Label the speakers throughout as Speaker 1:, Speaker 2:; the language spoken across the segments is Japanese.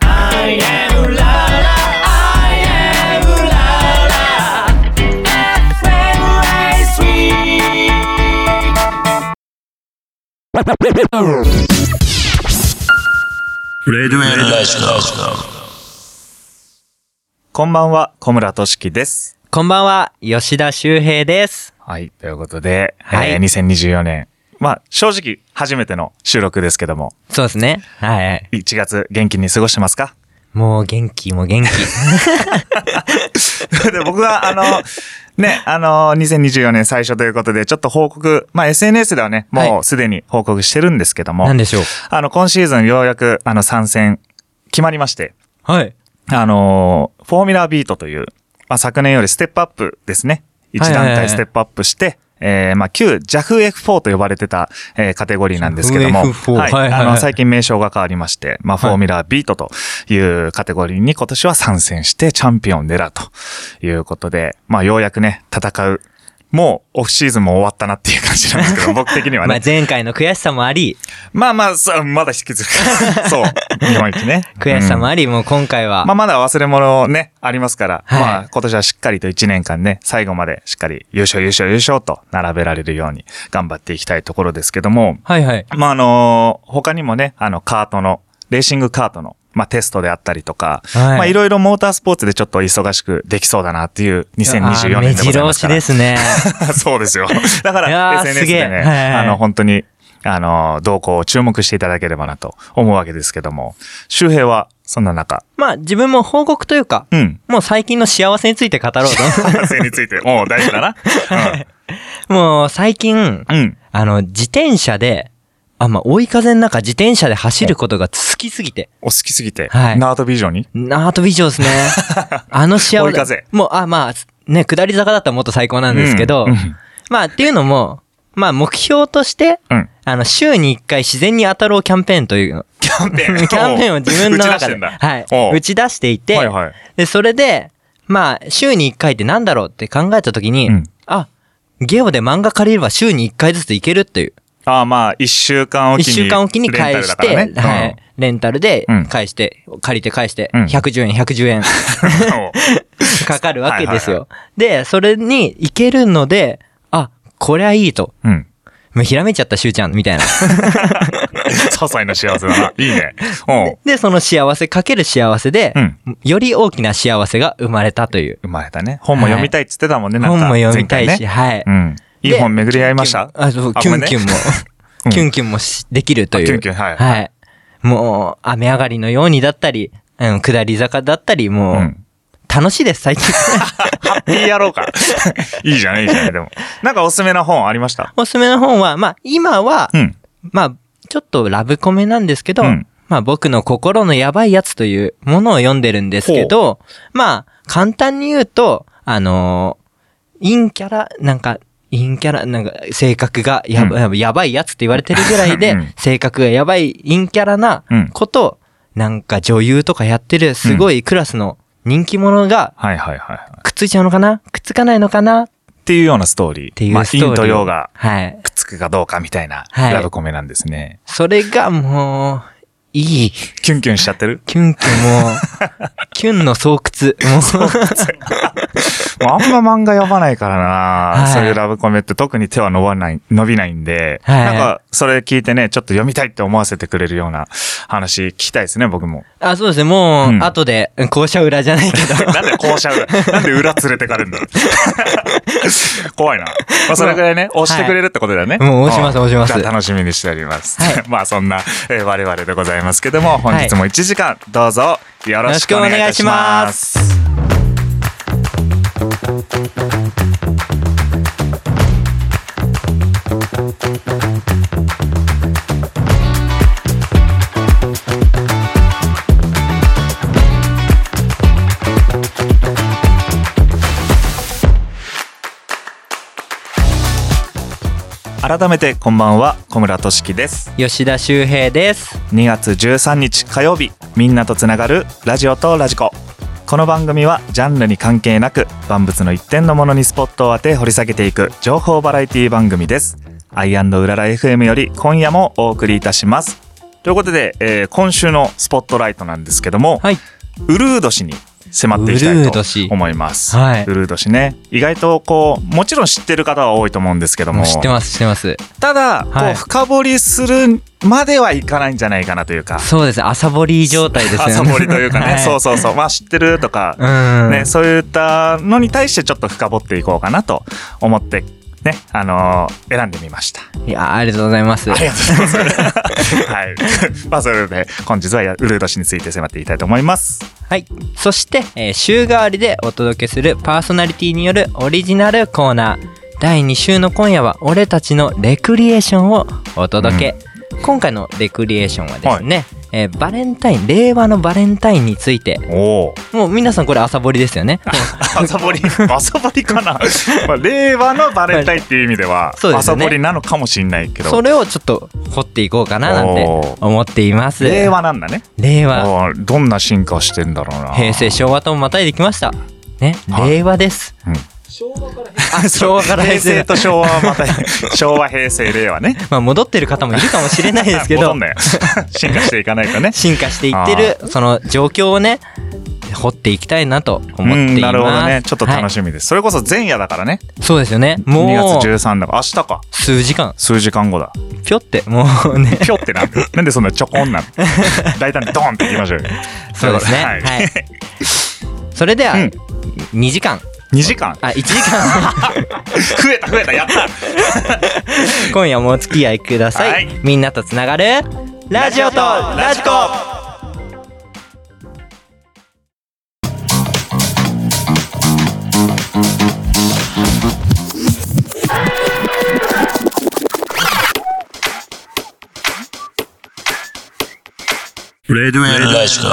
Speaker 1: I am la la I am la la FM Ice Week
Speaker 2: レディエル大好き
Speaker 3: こんばんは、小村俊樹です。
Speaker 4: こんばんは、吉田修平です。
Speaker 3: はい、ということで、
Speaker 4: はい
Speaker 3: えー2024年。まあ、正直、初めての収録ですけども、
Speaker 4: そうですね。はいはい。
Speaker 3: 1月元気に過ごしてます か
Speaker 4: もう元気も元気。
Speaker 3: で僕は、あの、ね、あの、2024年最初ということで、ちょっと報告、まあ、SNS ではね、も
Speaker 4: は
Speaker 3: うすでに報告してるんですけども、
Speaker 4: なんでしょう。
Speaker 3: あの、今シーズンようやく、あの、参戦、決まりまして、
Speaker 4: はい。
Speaker 3: あのーフォーミュラービートという、まあ、昨年よりステップアップですね。一
Speaker 4: はいはい
Speaker 3: 段
Speaker 4: はい
Speaker 3: 階ステップアップして、えーまあ、旧 JAFF4 と呼ばれてた、えーカテゴリーなんですけども、
Speaker 4: JAF4 はいはいはい
Speaker 3: あの、最近名称が変わりまして、まあ、フォーミュラービートというカテゴリーに今年は参戦してチャンピオンを狙うということで、まあ、ようやくね、戦う。もう、オフシーズンも終わったなっていう感じなんですけ ど、僕的には
Speaker 4: まあ
Speaker 3: ね。
Speaker 4: 前回の悔しさもあり、
Speaker 3: まあまあ、そうまだ引 きずる。そう。日本一ね。
Speaker 4: 悔しさも
Speaker 3: うん
Speaker 4: あり、もう今回は。
Speaker 3: まあ、まだ忘れ物ね、ありますから、
Speaker 4: はい
Speaker 3: まあ、今年はしっかりと1年間ね、最後までしっかり優勝優勝優勝と並べられるように頑張っていきたいところですけども、
Speaker 4: はいはい。
Speaker 3: まあ、あのー他にもね、あの、カートの、レーシングカートの、まあ、テストであったりとか、
Speaker 4: はい
Speaker 3: まあ、いろいろモータースポーツでちょっと忙しくできそうだなっていう2024
Speaker 4: 目
Speaker 3: 年でござい
Speaker 4: 白
Speaker 3: ま
Speaker 4: 押
Speaker 3: すか
Speaker 4: し
Speaker 3: ら。
Speaker 4: ですね。
Speaker 3: そうですよ。だか
Speaker 4: いや
Speaker 3: ら、
Speaker 4: ー
Speaker 3: SNS
Speaker 4: すげえ
Speaker 3: でね、
Speaker 4: はいはい
Speaker 3: あの、本当に、あの、動向を注目していただければなと思うわけですけども、周平は、そんな中、
Speaker 4: まあ自分も報告というか、
Speaker 3: うん。
Speaker 4: もう最近の幸せについて語ろう
Speaker 3: 反省につい て、もう大事だな。
Speaker 4: と。もう最近、
Speaker 3: うん。うん。
Speaker 4: あの、自転車で、あ、まあ追い風の中自転車で走ることが好きすぎて。
Speaker 3: お好きすぎて、
Speaker 4: はい
Speaker 3: ナートビジョンに
Speaker 4: ナートビジョン ですね。あの幸せ。
Speaker 3: 追い風
Speaker 4: もう、あ、まあ、ね、下り坂だったらもっと最高なんですけど、
Speaker 3: うん
Speaker 4: まあっていうのも、まあ目標として、
Speaker 3: うん。
Speaker 4: あの、週に1回自然に当たろうキャンペーンというの、
Speaker 3: キャンペ
Speaker 4: キャンペーンを自分の
Speaker 3: 打ち出し
Speaker 4: 中
Speaker 3: て
Speaker 4: で、
Speaker 3: んだ
Speaker 4: はい
Speaker 3: お、う
Speaker 4: 打ち出していて、
Speaker 3: はいはい。
Speaker 4: で、それで、まあ、週に1回ってなんだろうって考えたときに、
Speaker 3: うん
Speaker 4: あ、ゲオで漫画借りれば週に1回ずついけるっていう、
Speaker 3: ああまあ、一週間おきに。
Speaker 4: 1週間おきに返して、
Speaker 3: レンタルだから
Speaker 4: は
Speaker 3: ね
Speaker 4: い、レンタルで
Speaker 3: うん
Speaker 4: 返して、借りて返して、
Speaker 3: うん
Speaker 4: 110円、110円。
Speaker 3: うん
Speaker 4: かかる わけです
Speaker 3: は
Speaker 4: よ。で、それに行けるので、あ、こりゃいいと。
Speaker 3: うん。うん。
Speaker 4: もうひらめいちゃった、しゅうちゃん、みたいな。
Speaker 3: 些細な幸せ だな。いいね。おう
Speaker 4: で、その幸せかける幸せで、
Speaker 3: うん
Speaker 4: より大きな幸せが生まれたという。
Speaker 3: 生まれたね。本も読みたいっつってたもんね、なん
Speaker 4: 本
Speaker 3: か。
Speaker 4: も読みたい
Speaker 3: 前回ね。
Speaker 4: し、はい。
Speaker 3: うん。いい
Speaker 4: で
Speaker 3: 本巡り合いました
Speaker 4: キュンあ、そう、キュンキュンも、
Speaker 3: うん
Speaker 4: キュンキュンもしできるという。
Speaker 3: あキュンキュンはい
Speaker 4: はい。もう、雨上がりのようにだったり、うん、下り坂だったり、もう、
Speaker 3: うん
Speaker 4: 楽しいです、最近。
Speaker 3: い いやろうか。 いいじゃない、いいじゃない、でも。なんかおすすめな本ありました
Speaker 4: おすすめの本は、まあ、今は、
Speaker 3: うん。
Speaker 4: まあ、ちょっとラブコメなんですけど、
Speaker 3: うん
Speaker 4: まあ僕の心のやばいやつというものを読んでるんですけど、まあ、簡単に言うと、あのー陰キャラ、なんか、陰キャラ、なんか、性格がやば,、やばいやつって言われてるぐらいで、
Speaker 3: うん
Speaker 4: 性格がやばい陰キャラな
Speaker 3: うん
Speaker 4: ことを、なんか女優とかやってるすごいクラスの人気者が、
Speaker 3: はいはいはいはい。
Speaker 4: くっついちゃうのかなくっつかないのかなっ
Speaker 3: っていうようなストーリー。
Speaker 4: ていうストーリー。
Speaker 3: まあ、陰と陽が
Speaker 4: はい。
Speaker 3: くっつくかどうかみたいな、
Speaker 4: はい
Speaker 3: ラブコメなんですね。
Speaker 4: それがもう、いい。
Speaker 3: キュンキュンしちゃっ てる
Speaker 4: キュンキュンもう、キュンの巣窟。 もう、
Speaker 3: もうあんま漫画読まないからな、
Speaker 4: はい
Speaker 3: そういうラブコメって特に手は伸ばない、伸びないんで、
Speaker 4: はい
Speaker 3: なんか、それ聞いてね、ちょっと読みたいって思わせてくれるような話聞きたいですね、僕も。
Speaker 4: あ、そうですね。もう、
Speaker 3: うん
Speaker 4: 後で、うん校舎裏じゃない けど。
Speaker 3: なんで校舎裏、なんで裏連れてかれるんだろう 怖いな。まあ、それぐらいね、押してくれるってことだよね。
Speaker 4: はいもう押します
Speaker 3: ん
Speaker 4: 押します
Speaker 3: じゃあ楽しみにしております。
Speaker 4: はい
Speaker 3: まあ、そんな、えー我々でございますけども、本日も1時間、どうぞ、よろしくお願いいたします。改めて、こんばんは、小村俊樹です。
Speaker 4: 吉田修平です。
Speaker 3: 2月13日火曜日みんなとつながるラジオとラジコこの番組はジャンルに関係なく万物の一点のものにスポットを当て掘り下げていく情報バラエティ番組ですアイウララ FM より今夜もお送りいたしますということで、えー今週のスポットライトなんですけども、
Speaker 4: はい。
Speaker 3: ウルード氏に迫っていきた
Speaker 4: ウル
Speaker 3: い
Speaker 4: ード氏
Speaker 3: と思います。
Speaker 4: はい
Speaker 3: ウルード氏ね。意外とこう、もちろん知ってる方は多いと思うんですけど
Speaker 4: も
Speaker 3: も、
Speaker 4: う知ってます、知ってます。
Speaker 3: ただ、
Speaker 4: は
Speaker 3: こ
Speaker 4: いう
Speaker 3: 深掘りするまではいかないんじゃないかなというか、
Speaker 4: そうですね。朝掘り状態ですよね。
Speaker 3: 朝掘りという かね、
Speaker 4: は
Speaker 3: そうそうそう、まあ知ってるとか、
Speaker 4: うん。
Speaker 3: ね、そういったのに対してちょっと深掘っていこうかなと思って、ね、あのー選んでみました。
Speaker 4: いや、ありがとうございます。
Speaker 3: ありがとうございます。 はい。まあ、それで、本日はやウルード氏について迫っていきたいと思います。
Speaker 4: はい。そして、えー週替わりでお届けするパーソナリティによるオリジナルコーナー。第2週の今夜は俺たちのレクリエーションをお届け。今回のレクリエーションはですね、えーバレンタイン、令和のバレンタインについて、
Speaker 3: おお。
Speaker 4: もう皆さんこれ朝掘りですよね。
Speaker 3: 朝掘り、 朝掘りかな。まあ、令和のバレンタインっていう意味では、
Speaker 4: そうです
Speaker 3: 朝
Speaker 4: よね
Speaker 3: 掘りなのかもしれないけ
Speaker 4: そ
Speaker 3: ど、
Speaker 4: れをちょっと掘っていこうかななんて
Speaker 3: おー
Speaker 4: 思っています。
Speaker 3: 令。和なんだね。
Speaker 4: 令和。
Speaker 3: おーどんな進化をしてんだろうな。
Speaker 4: 平成昭和ともまたいできましたね
Speaker 3: はい
Speaker 4: 令和です、
Speaker 3: うん
Speaker 4: あ昭和から
Speaker 3: 平
Speaker 4: 平成
Speaker 3: 成と昭和はまた、 昭和、平成、令和ね。
Speaker 4: まあ戻ってる方もいるかもしれないです け
Speaker 3: 戻
Speaker 4: ど
Speaker 3: んなよ進化していかないとね。
Speaker 4: 進化していってるその状況をね掘っていきたいなと思っています、
Speaker 3: うんなるほどね。ちょっと楽
Speaker 4: し
Speaker 3: しみです。それこそ前夜だからね。
Speaker 4: い、そうですよね
Speaker 3: 2
Speaker 4: も
Speaker 3: 月
Speaker 4: う
Speaker 3: 13だから、明日か。
Speaker 4: 数時間
Speaker 3: 数時間後だ。
Speaker 4: ぴょってもう ね
Speaker 3: ぴょってなんで、なんでそんなちょこん なん。大胆にドーンっていきましょうよ。
Speaker 4: そうですね
Speaker 3: は
Speaker 4: はいい、それでは、
Speaker 3: うん
Speaker 4: 2時間
Speaker 3: 2時間
Speaker 4: あ1時間
Speaker 3: 増えた増えたやった
Speaker 4: 今夜もお付き合いください、
Speaker 3: はい
Speaker 4: みんなとつながるラジオとラジコ
Speaker 2: レディオエラジコ。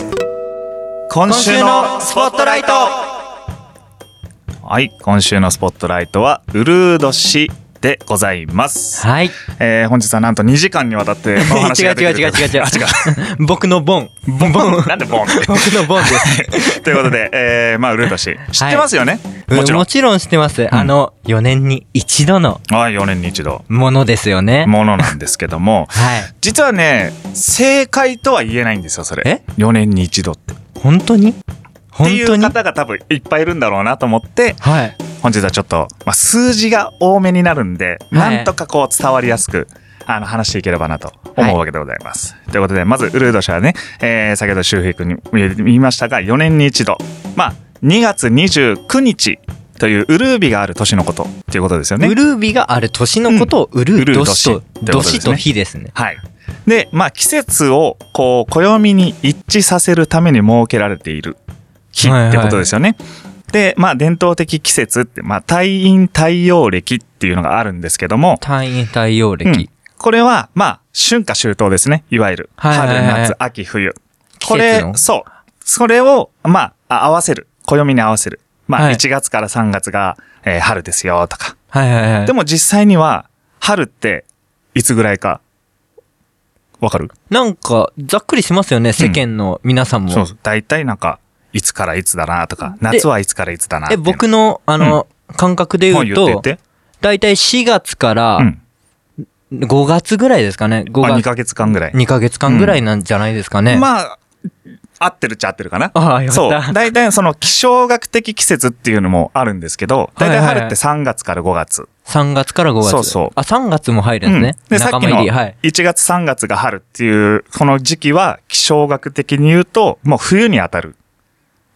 Speaker 3: 今
Speaker 4: 今週のスポットライト
Speaker 3: はい、今週のスポットライトは、ウルード氏でございます。
Speaker 4: はい
Speaker 3: えー、本日はなんと2時間にわたってお話
Speaker 4: 違
Speaker 3: が
Speaker 4: う
Speaker 3: で
Speaker 4: 違う
Speaker 3: き
Speaker 4: 違う
Speaker 3: ると
Speaker 4: 違う違う
Speaker 3: あ違う。
Speaker 4: 僕のボン
Speaker 3: ボンボン。なんでボンって。
Speaker 4: 僕のボンです
Speaker 3: ということで、えー、まあ、ウルード氏。知ってますよね、 もちろん。
Speaker 4: もちろん知ってます、あの4年に一度の
Speaker 3: はい、4年に一度。
Speaker 4: ものですよね
Speaker 3: ものなんですけども、
Speaker 4: はい
Speaker 3: 実はね、正解とは言えないんですよ、それ。4年に一度って。
Speaker 4: 本当に
Speaker 3: っ
Speaker 4: 本
Speaker 3: てい
Speaker 4: 当
Speaker 3: う
Speaker 4: に
Speaker 3: 方が多分いっぱいいるんだろうなと思って、
Speaker 4: はい
Speaker 3: 本日はちょっと、まあ、数字が多めになるんで、
Speaker 4: はい
Speaker 3: なんとかこう伝わりやすく、あの、話していければなと思うわけでございます。ということで、まず、ウルード氏はね、えー、先ほど周平君に言いましたが、4年に一度、まあ、2月29日というウルービがある年のことっていうことですよね
Speaker 4: ウ。ルービがある年のことをウル
Speaker 3: ウル
Speaker 4: ー
Speaker 3: ー
Speaker 4: ド
Speaker 3: 年
Speaker 4: シと
Speaker 3: ってこと
Speaker 4: ド
Speaker 3: ですね
Speaker 4: シと日ですね
Speaker 3: はい。で、まあ、季節を、こう、暦に一致させるために設けられている日ってことですよね。で、まあ、伝統的季節って、まあ、太陰太陽暦っていうのがあるんですけども、
Speaker 4: 単位太陽
Speaker 3: う
Speaker 4: 暦
Speaker 3: ん、これは、まあ、春夏秋冬ですね。いわゆる。
Speaker 4: はいはいはい
Speaker 3: 春、夏、秋、冬。こ
Speaker 4: 季
Speaker 3: れ
Speaker 4: 節、の
Speaker 3: そう。それを、まあ、あ合わせる。暦に合わせる。まあ、
Speaker 4: はい
Speaker 3: 1月から3月が、えー春ですよ、とか。
Speaker 4: はいはいはい
Speaker 3: でも実際には、春って、いつぐらいか、わかる
Speaker 4: なんかざっくりしますよね世間の皆さんも、
Speaker 3: そうそう。大体なんか、いつからいつだなとか、夏はいつからいつだなって
Speaker 4: え
Speaker 3: いうの。
Speaker 4: 僕のあの、感覚で
Speaker 3: もう
Speaker 4: 言う
Speaker 3: 言
Speaker 4: と
Speaker 3: ってて。
Speaker 4: 大体4月か
Speaker 3: う
Speaker 4: ら
Speaker 3: ん。
Speaker 4: 5月ぐらいですかね
Speaker 3: まあ、
Speaker 4: 5
Speaker 3: 2
Speaker 4: 月
Speaker 3: ヶ月間ぐらい。
Speaker 4: 2ヶ月間ぐらいなんじゃないですかね、
Speaker 3: まあ、合ってるっちゃ合ってるかな。
Speaker 4: ああ、よ
Speaker 3: そ
Speaker 4: かっ
Speaker 3: う
Speaker 4: た。。
Speaker 3: 大体その気象学的季節っていうのもあるんですけど、大体
Speaker 4: はいはい
Speaker 3: 春って3月から5月。
Speaker 4: 3月から5月。
Speaker 3: そうそう
Speaker 4: あ、3月も入る
Speaker 3: うんん
Speaker 4: ですね。
Speaker 3: で、さっき
Speaker 4: 仲間
Speaker 3: の
Speaker 4: 入り。はい
Speaker 3: 1。月3月が春っていう、この時期は気象学的に言うと、もう冬に当たる。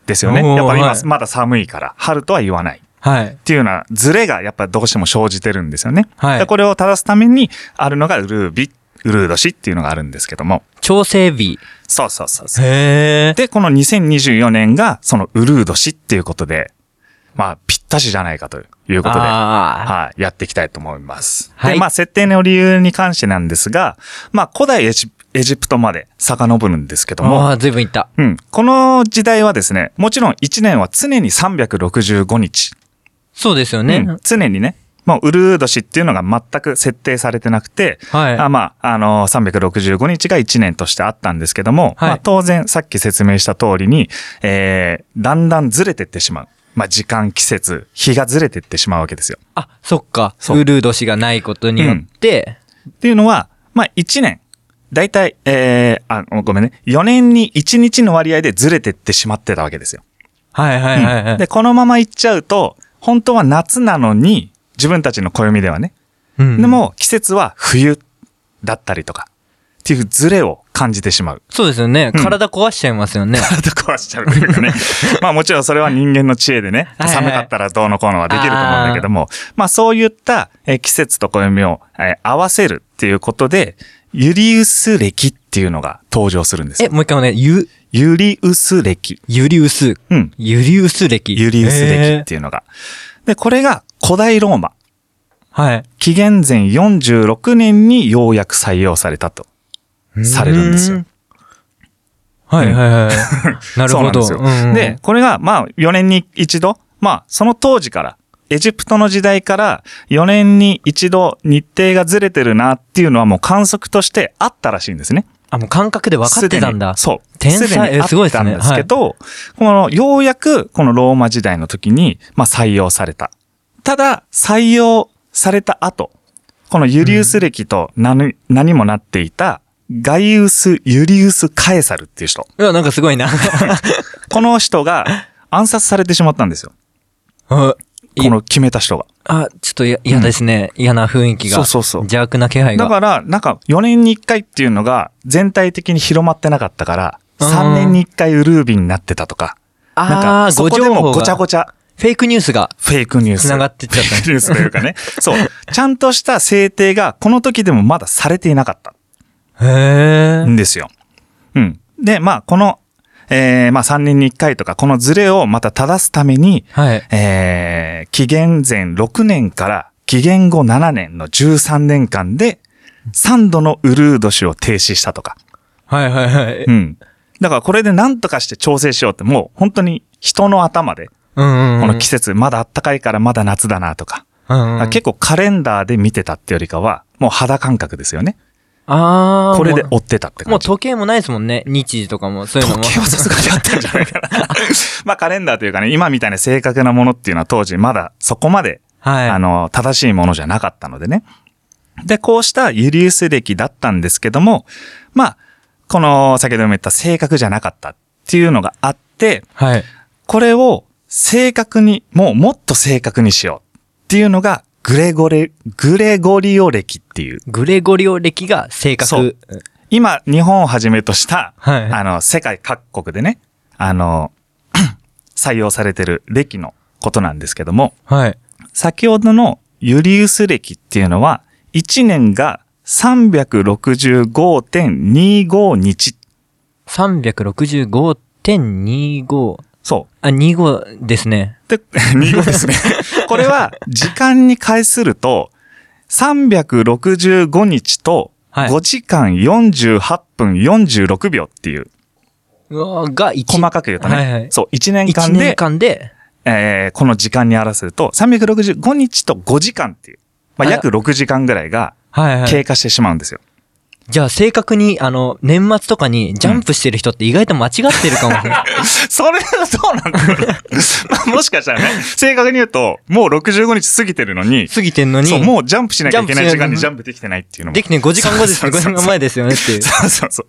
Speaker 3: ですよね。
Speaker 4: おー
Speaker 3: やっぱ今
Speaker 4: はい
Speaker 3: まだ寒いから、春とは言わない。
Speaker 4: はい
Speaker 3: っ。ていうようなズレがやっぱどうしても生じてるんですよね。
Speaker 4: はい
Speaker 3: でこれを正すためにあるのがウルービ、ウルード氏っていうのがあるんですけども。
Speaker 4: 調整日。
Speaker 3: そうそうそうそう。
Speaker 4: へえ。
Speaker 3: で、この2024年がそのウルード氏っていうことで、まあぴったしじゃないかということで。
Speaker 4: ああ。
Speaker 3: はい、やっていきたいと思います。
Speaker 4: はい
Speaker 3: で、まあ、設定の理由に関してなんですが、まあ、古代エジエジプトまで遡るんですけども
Speaker 4: あ、あ、ずいぶんいった。
Speaker 3: うん、この時代はですね、もちろん1年は常に365日
Speaker 4: そうですよね。
Speaker 3: うん常にね、まあ、ウルー年っていうのが全く設定されてなくて、
Speaker 4: はい
Speaker 3: あまあ、あの365日が1年としてあったんですけども、
Speaker 4: はい
Speaker 3: まあ、当然、さっき説明した通りに、えー、だんだんずれてってしまう。まあ、時間、季節、日がずれてってしまうわけですよ。
Speaker 4: あ、そっか。
Speaker 3: そう
Speaker 4: ウルー年がないことによって、
Speaker 3: っていうのは、まあ、1年、だいたい、えー、あ、ごめんね、4年に1日の割合でずれてってしまってたわけですよ。
Speaker 4: はいはいはいはい。
Speaker 3: で、このまま行っちゃうと、本当は夏なのに、自分たちの暦ではね、
Speaker 4: うん
Speaker 3: で、も季節は冬だったりとか、っていうズレを感じてし まう。
Speaker 4: そうですよね。
Speaker 3: うん
Speaker 4: 体壊しちゃいま すよね。
Speaker 3: 体壊しちゃうというかね。まあもちろんそれは人間の知恵でね、
Speaker 4: はいはい
Speaker 3: 寒かったらどうのこうのはできると思うんだけども、まあそういった、えー季節と暦を、えー合わせるっていうことで、ユリウス暦っていうのが登場するんです
Speaker 4: え、
Speaker 3: よ。
Speaker 4: もう一回ね、ゆ、
Speaker 3: ユリウス暦。
Speaker 4: ゆりうす。
Speaker 3: うん。
Speaker 4: ゆりうす歴。
Speaker 3: ユリウス暦っ
Speaker 4: えー
Speaker 3: ていうのが。で、これが古代ローマ。
Speaker 4: はい。
Speaker 3: 紀元前46年にようやく採用されたと。されるんですよ
Speaker 4: うー。はいはいはい。なるほど。
Speaker 3: そう
Speaker 4: う
Speaker 3: なんですよ。
Speaker 4: んうん
Speaker 3: で、、これが、まあ、4年に一度、まあ、その当時から、エジプトの時代から4年に一度日程がずれてるなっていうのはもう観測としてあったらしいんですね。
Speaker 4: あ、もう感覚で分かってたんだ。
Speaker 3: すでにそう。
Speaker 4: 天才
Speaker 3: すでに
Speaker 4: え
Speaker 3: あ
Speaker 4: すごい
Speaker 3: った
Speaker 4: です
Speaker 3: ん
Speaker 4: ね
Speaker 3: ですけど、この、ようやくこのローマ時代の時に、まあ、採用された。ただ、採用された後、このユリウス歴と何、何もなっていた、ガイウス・ユリウス・カエサルっていう人。
Speaker 4: うわ、なんかすごい な。
Speaker 3: この人が暗殺されてしまったんですよ。
Speaker 4: あ
Speaker 3: この決めた人が。
Speaker 4: あ、ちょっとや嫌ですね。嫌な雰囲気が。
Speaker 3: そうそうそう
Speaker 4: 邪悪な気配が。
Speaker 3: だから、なんか4年に1回っていうのが全体的に広まってなかったから、
Speaker 4: うん
Speaker 3: 3年に1回ウルービンになってたとか、なん
Speaker 4: あ
Speaker 3: か
Speaker 4: ー
Speaker 3: そ
Speaker 4: ご
Speaker 3: こ
Speaker 4: 情
Speaker 3: で
Speaker 4: 報
Speaker 3: も
Speaker 4: が。
Speaker 3: ごちゃごちゃ
Speaker 4: フェイクニュースが。
Speaker 3: フェイクニュース。
Speaker 4: 繋がってっちゃった
Speaker 3: フェイクニュースというかね。そう。ちゃんとした制定がこの時でもまだされていなかった。
Speaker 4: へえ。
Speaker 3: んですよ。うん。で、まあ、この、えー、まあ、3年に1回とか、このズレをまた正すために、
Speaker 4: はい。
Speaker 3: えー、紀元前6年から紀元後7年の13年間で、3度のウルード氏を停止したとか。
Speaker 4: はいはいはい。
Speaker 3: うん。だからこれで何とかして調整しようって、もう本当に人の頭で、
Speaker 4: うんうん。
Speaker 3: この季節、まだ暖かいからまだ夏だなとか、
Speaker 4: うんうん、
Speaker 3: 結構カレンダーで見てたってよりかは、もう肌感覚ですよね。
Speaker 4: ああ。
Speaker 3: これで
Speaker 4: も
Speaker 3: 追ってたって
Speaker 4: う、も
Speaker 3: 感
Speaker 4: う
Speaker 3: じ。
Speaker 4: 時計もないですもんね。日時とかも。そういうのも。
Speaker 3: 時計はさすがにあったんじゃないかな。 まあカレンダーというかね、今みたいな正確なものっていうのは当時まだそこまで
Speaker 4: はい。
Speaker 3: あの、正しいものじゃなかったのでね。で、こうしたユリウス歴だったんですけども、まあ、この先ほども言った正確じゃなかったっていうのがあって、
Speaker 4: はい。
Speaker 3: これを正確に、もうもっと正確にしようっていうのが、グレゴレ、グレゴリオ歴っていう。
Speaker 4: グレゴリオ歴が正確。
Speaker 3: そう今、日本をはじめとした、
Speaker 4: はい
Speaker 3: あの、世界各国でね、あの、 採用されてる歴のことなんですけども、
Speaker 4: はい。
Speaker 3: 先ほどのユリウス歴っていうのは、1年が365.25日。
Speaker 4: 365.25。
Speaker 3: そ
Speaker 4: あ、25ですね。
Speaker 3: う。で、25です ね。これは、時間に返すると、365日と、
Speaker 4: はい
Speaker 3: 5時間48分46秒っていう、
Speaker 4: うわーが1。
Speaker 3: 細かく言うとね、
Speaker 4: はいはい
Speaker 3: そう、1年
Speaker 4: 1
Speaker 3: 間
Speaker 4: 年
Speaker 3: で、
Speaker 4: 間で、
Speaker 3: えーこの時間に表すると、365日と5時間っていう、まあ、
Speaker 4: あ
Speaker 3: 約6時間ぐらいが
Speaker 4: はいはい。
Speaker 3: 経過してしまうんですよ。
Speaker 4: じゃあ正確に、あの、年末とかにジャンプしてる人って意外と間違ってるかもね。
Speaker 3: それはそうなんだ ろうまあもしかしたらね、正確に言うと、もう65日過ぎてるのに、
Speaker 4: 過ぎてんのに。
Speaker 3: そう、もうジャンプしなきゃいけない
Speaker 4: ジャンプし
Speaker 3: 時
Speaker 4: ない
Speaker 3: 間にジャンプできてないっていうのも。
Speaker 4: できて5時間後ですね。5
Speaker 3: そうそうそう
Speaker 4: 時間前ですよねっていう。
Speaker 3: そうそうそう。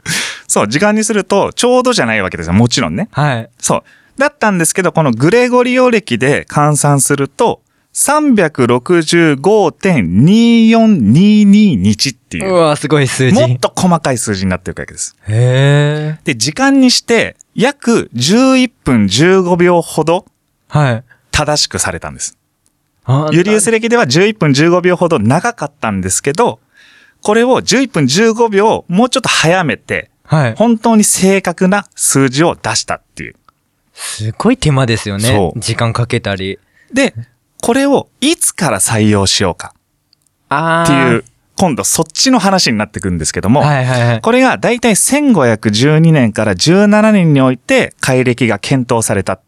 Speaker 3: そう、時間にすると、ちょうどじゃないわけですよ、もちろんね。
Speaker 4: はい。
Speaker 3: そう。だったんですけど、このグレゴリオ歴で換算すると、365.2422日っていうう、
Speaker 4: わーすごい数字。
Speaker 3: もっと細かい数字になっていくわけです。
Speaker 4: へえ。
Speaker 3: で、時間にして、約11分15秒ほど
Speaker 4: はい。
Speaker 3: 正しくされたんです。
Speaker 4: あ
Speaker 3: ユリウス歴では11分15秒ほど長かったんですけど、これを11分15秒をもうちょっと早めて、
Speaker 4: はい。
Speaker 3: 本当に正確な数字を出したっていう。
Speaker 4: すごい手間ですよね
Speaker 3: そ。う
Speaker 4: 時間かけたり。
Speaker 3: で、これをいつから採用しようか
Speaker 4: あ
Speaker 3: って
Speaker 4: ー
Speaker 3: いう、。今度そっちの話になってくんですけども、
Speaker 4: はいはいはい。
Speaker 3: これがだいたい1512年から17年において改暦が検討された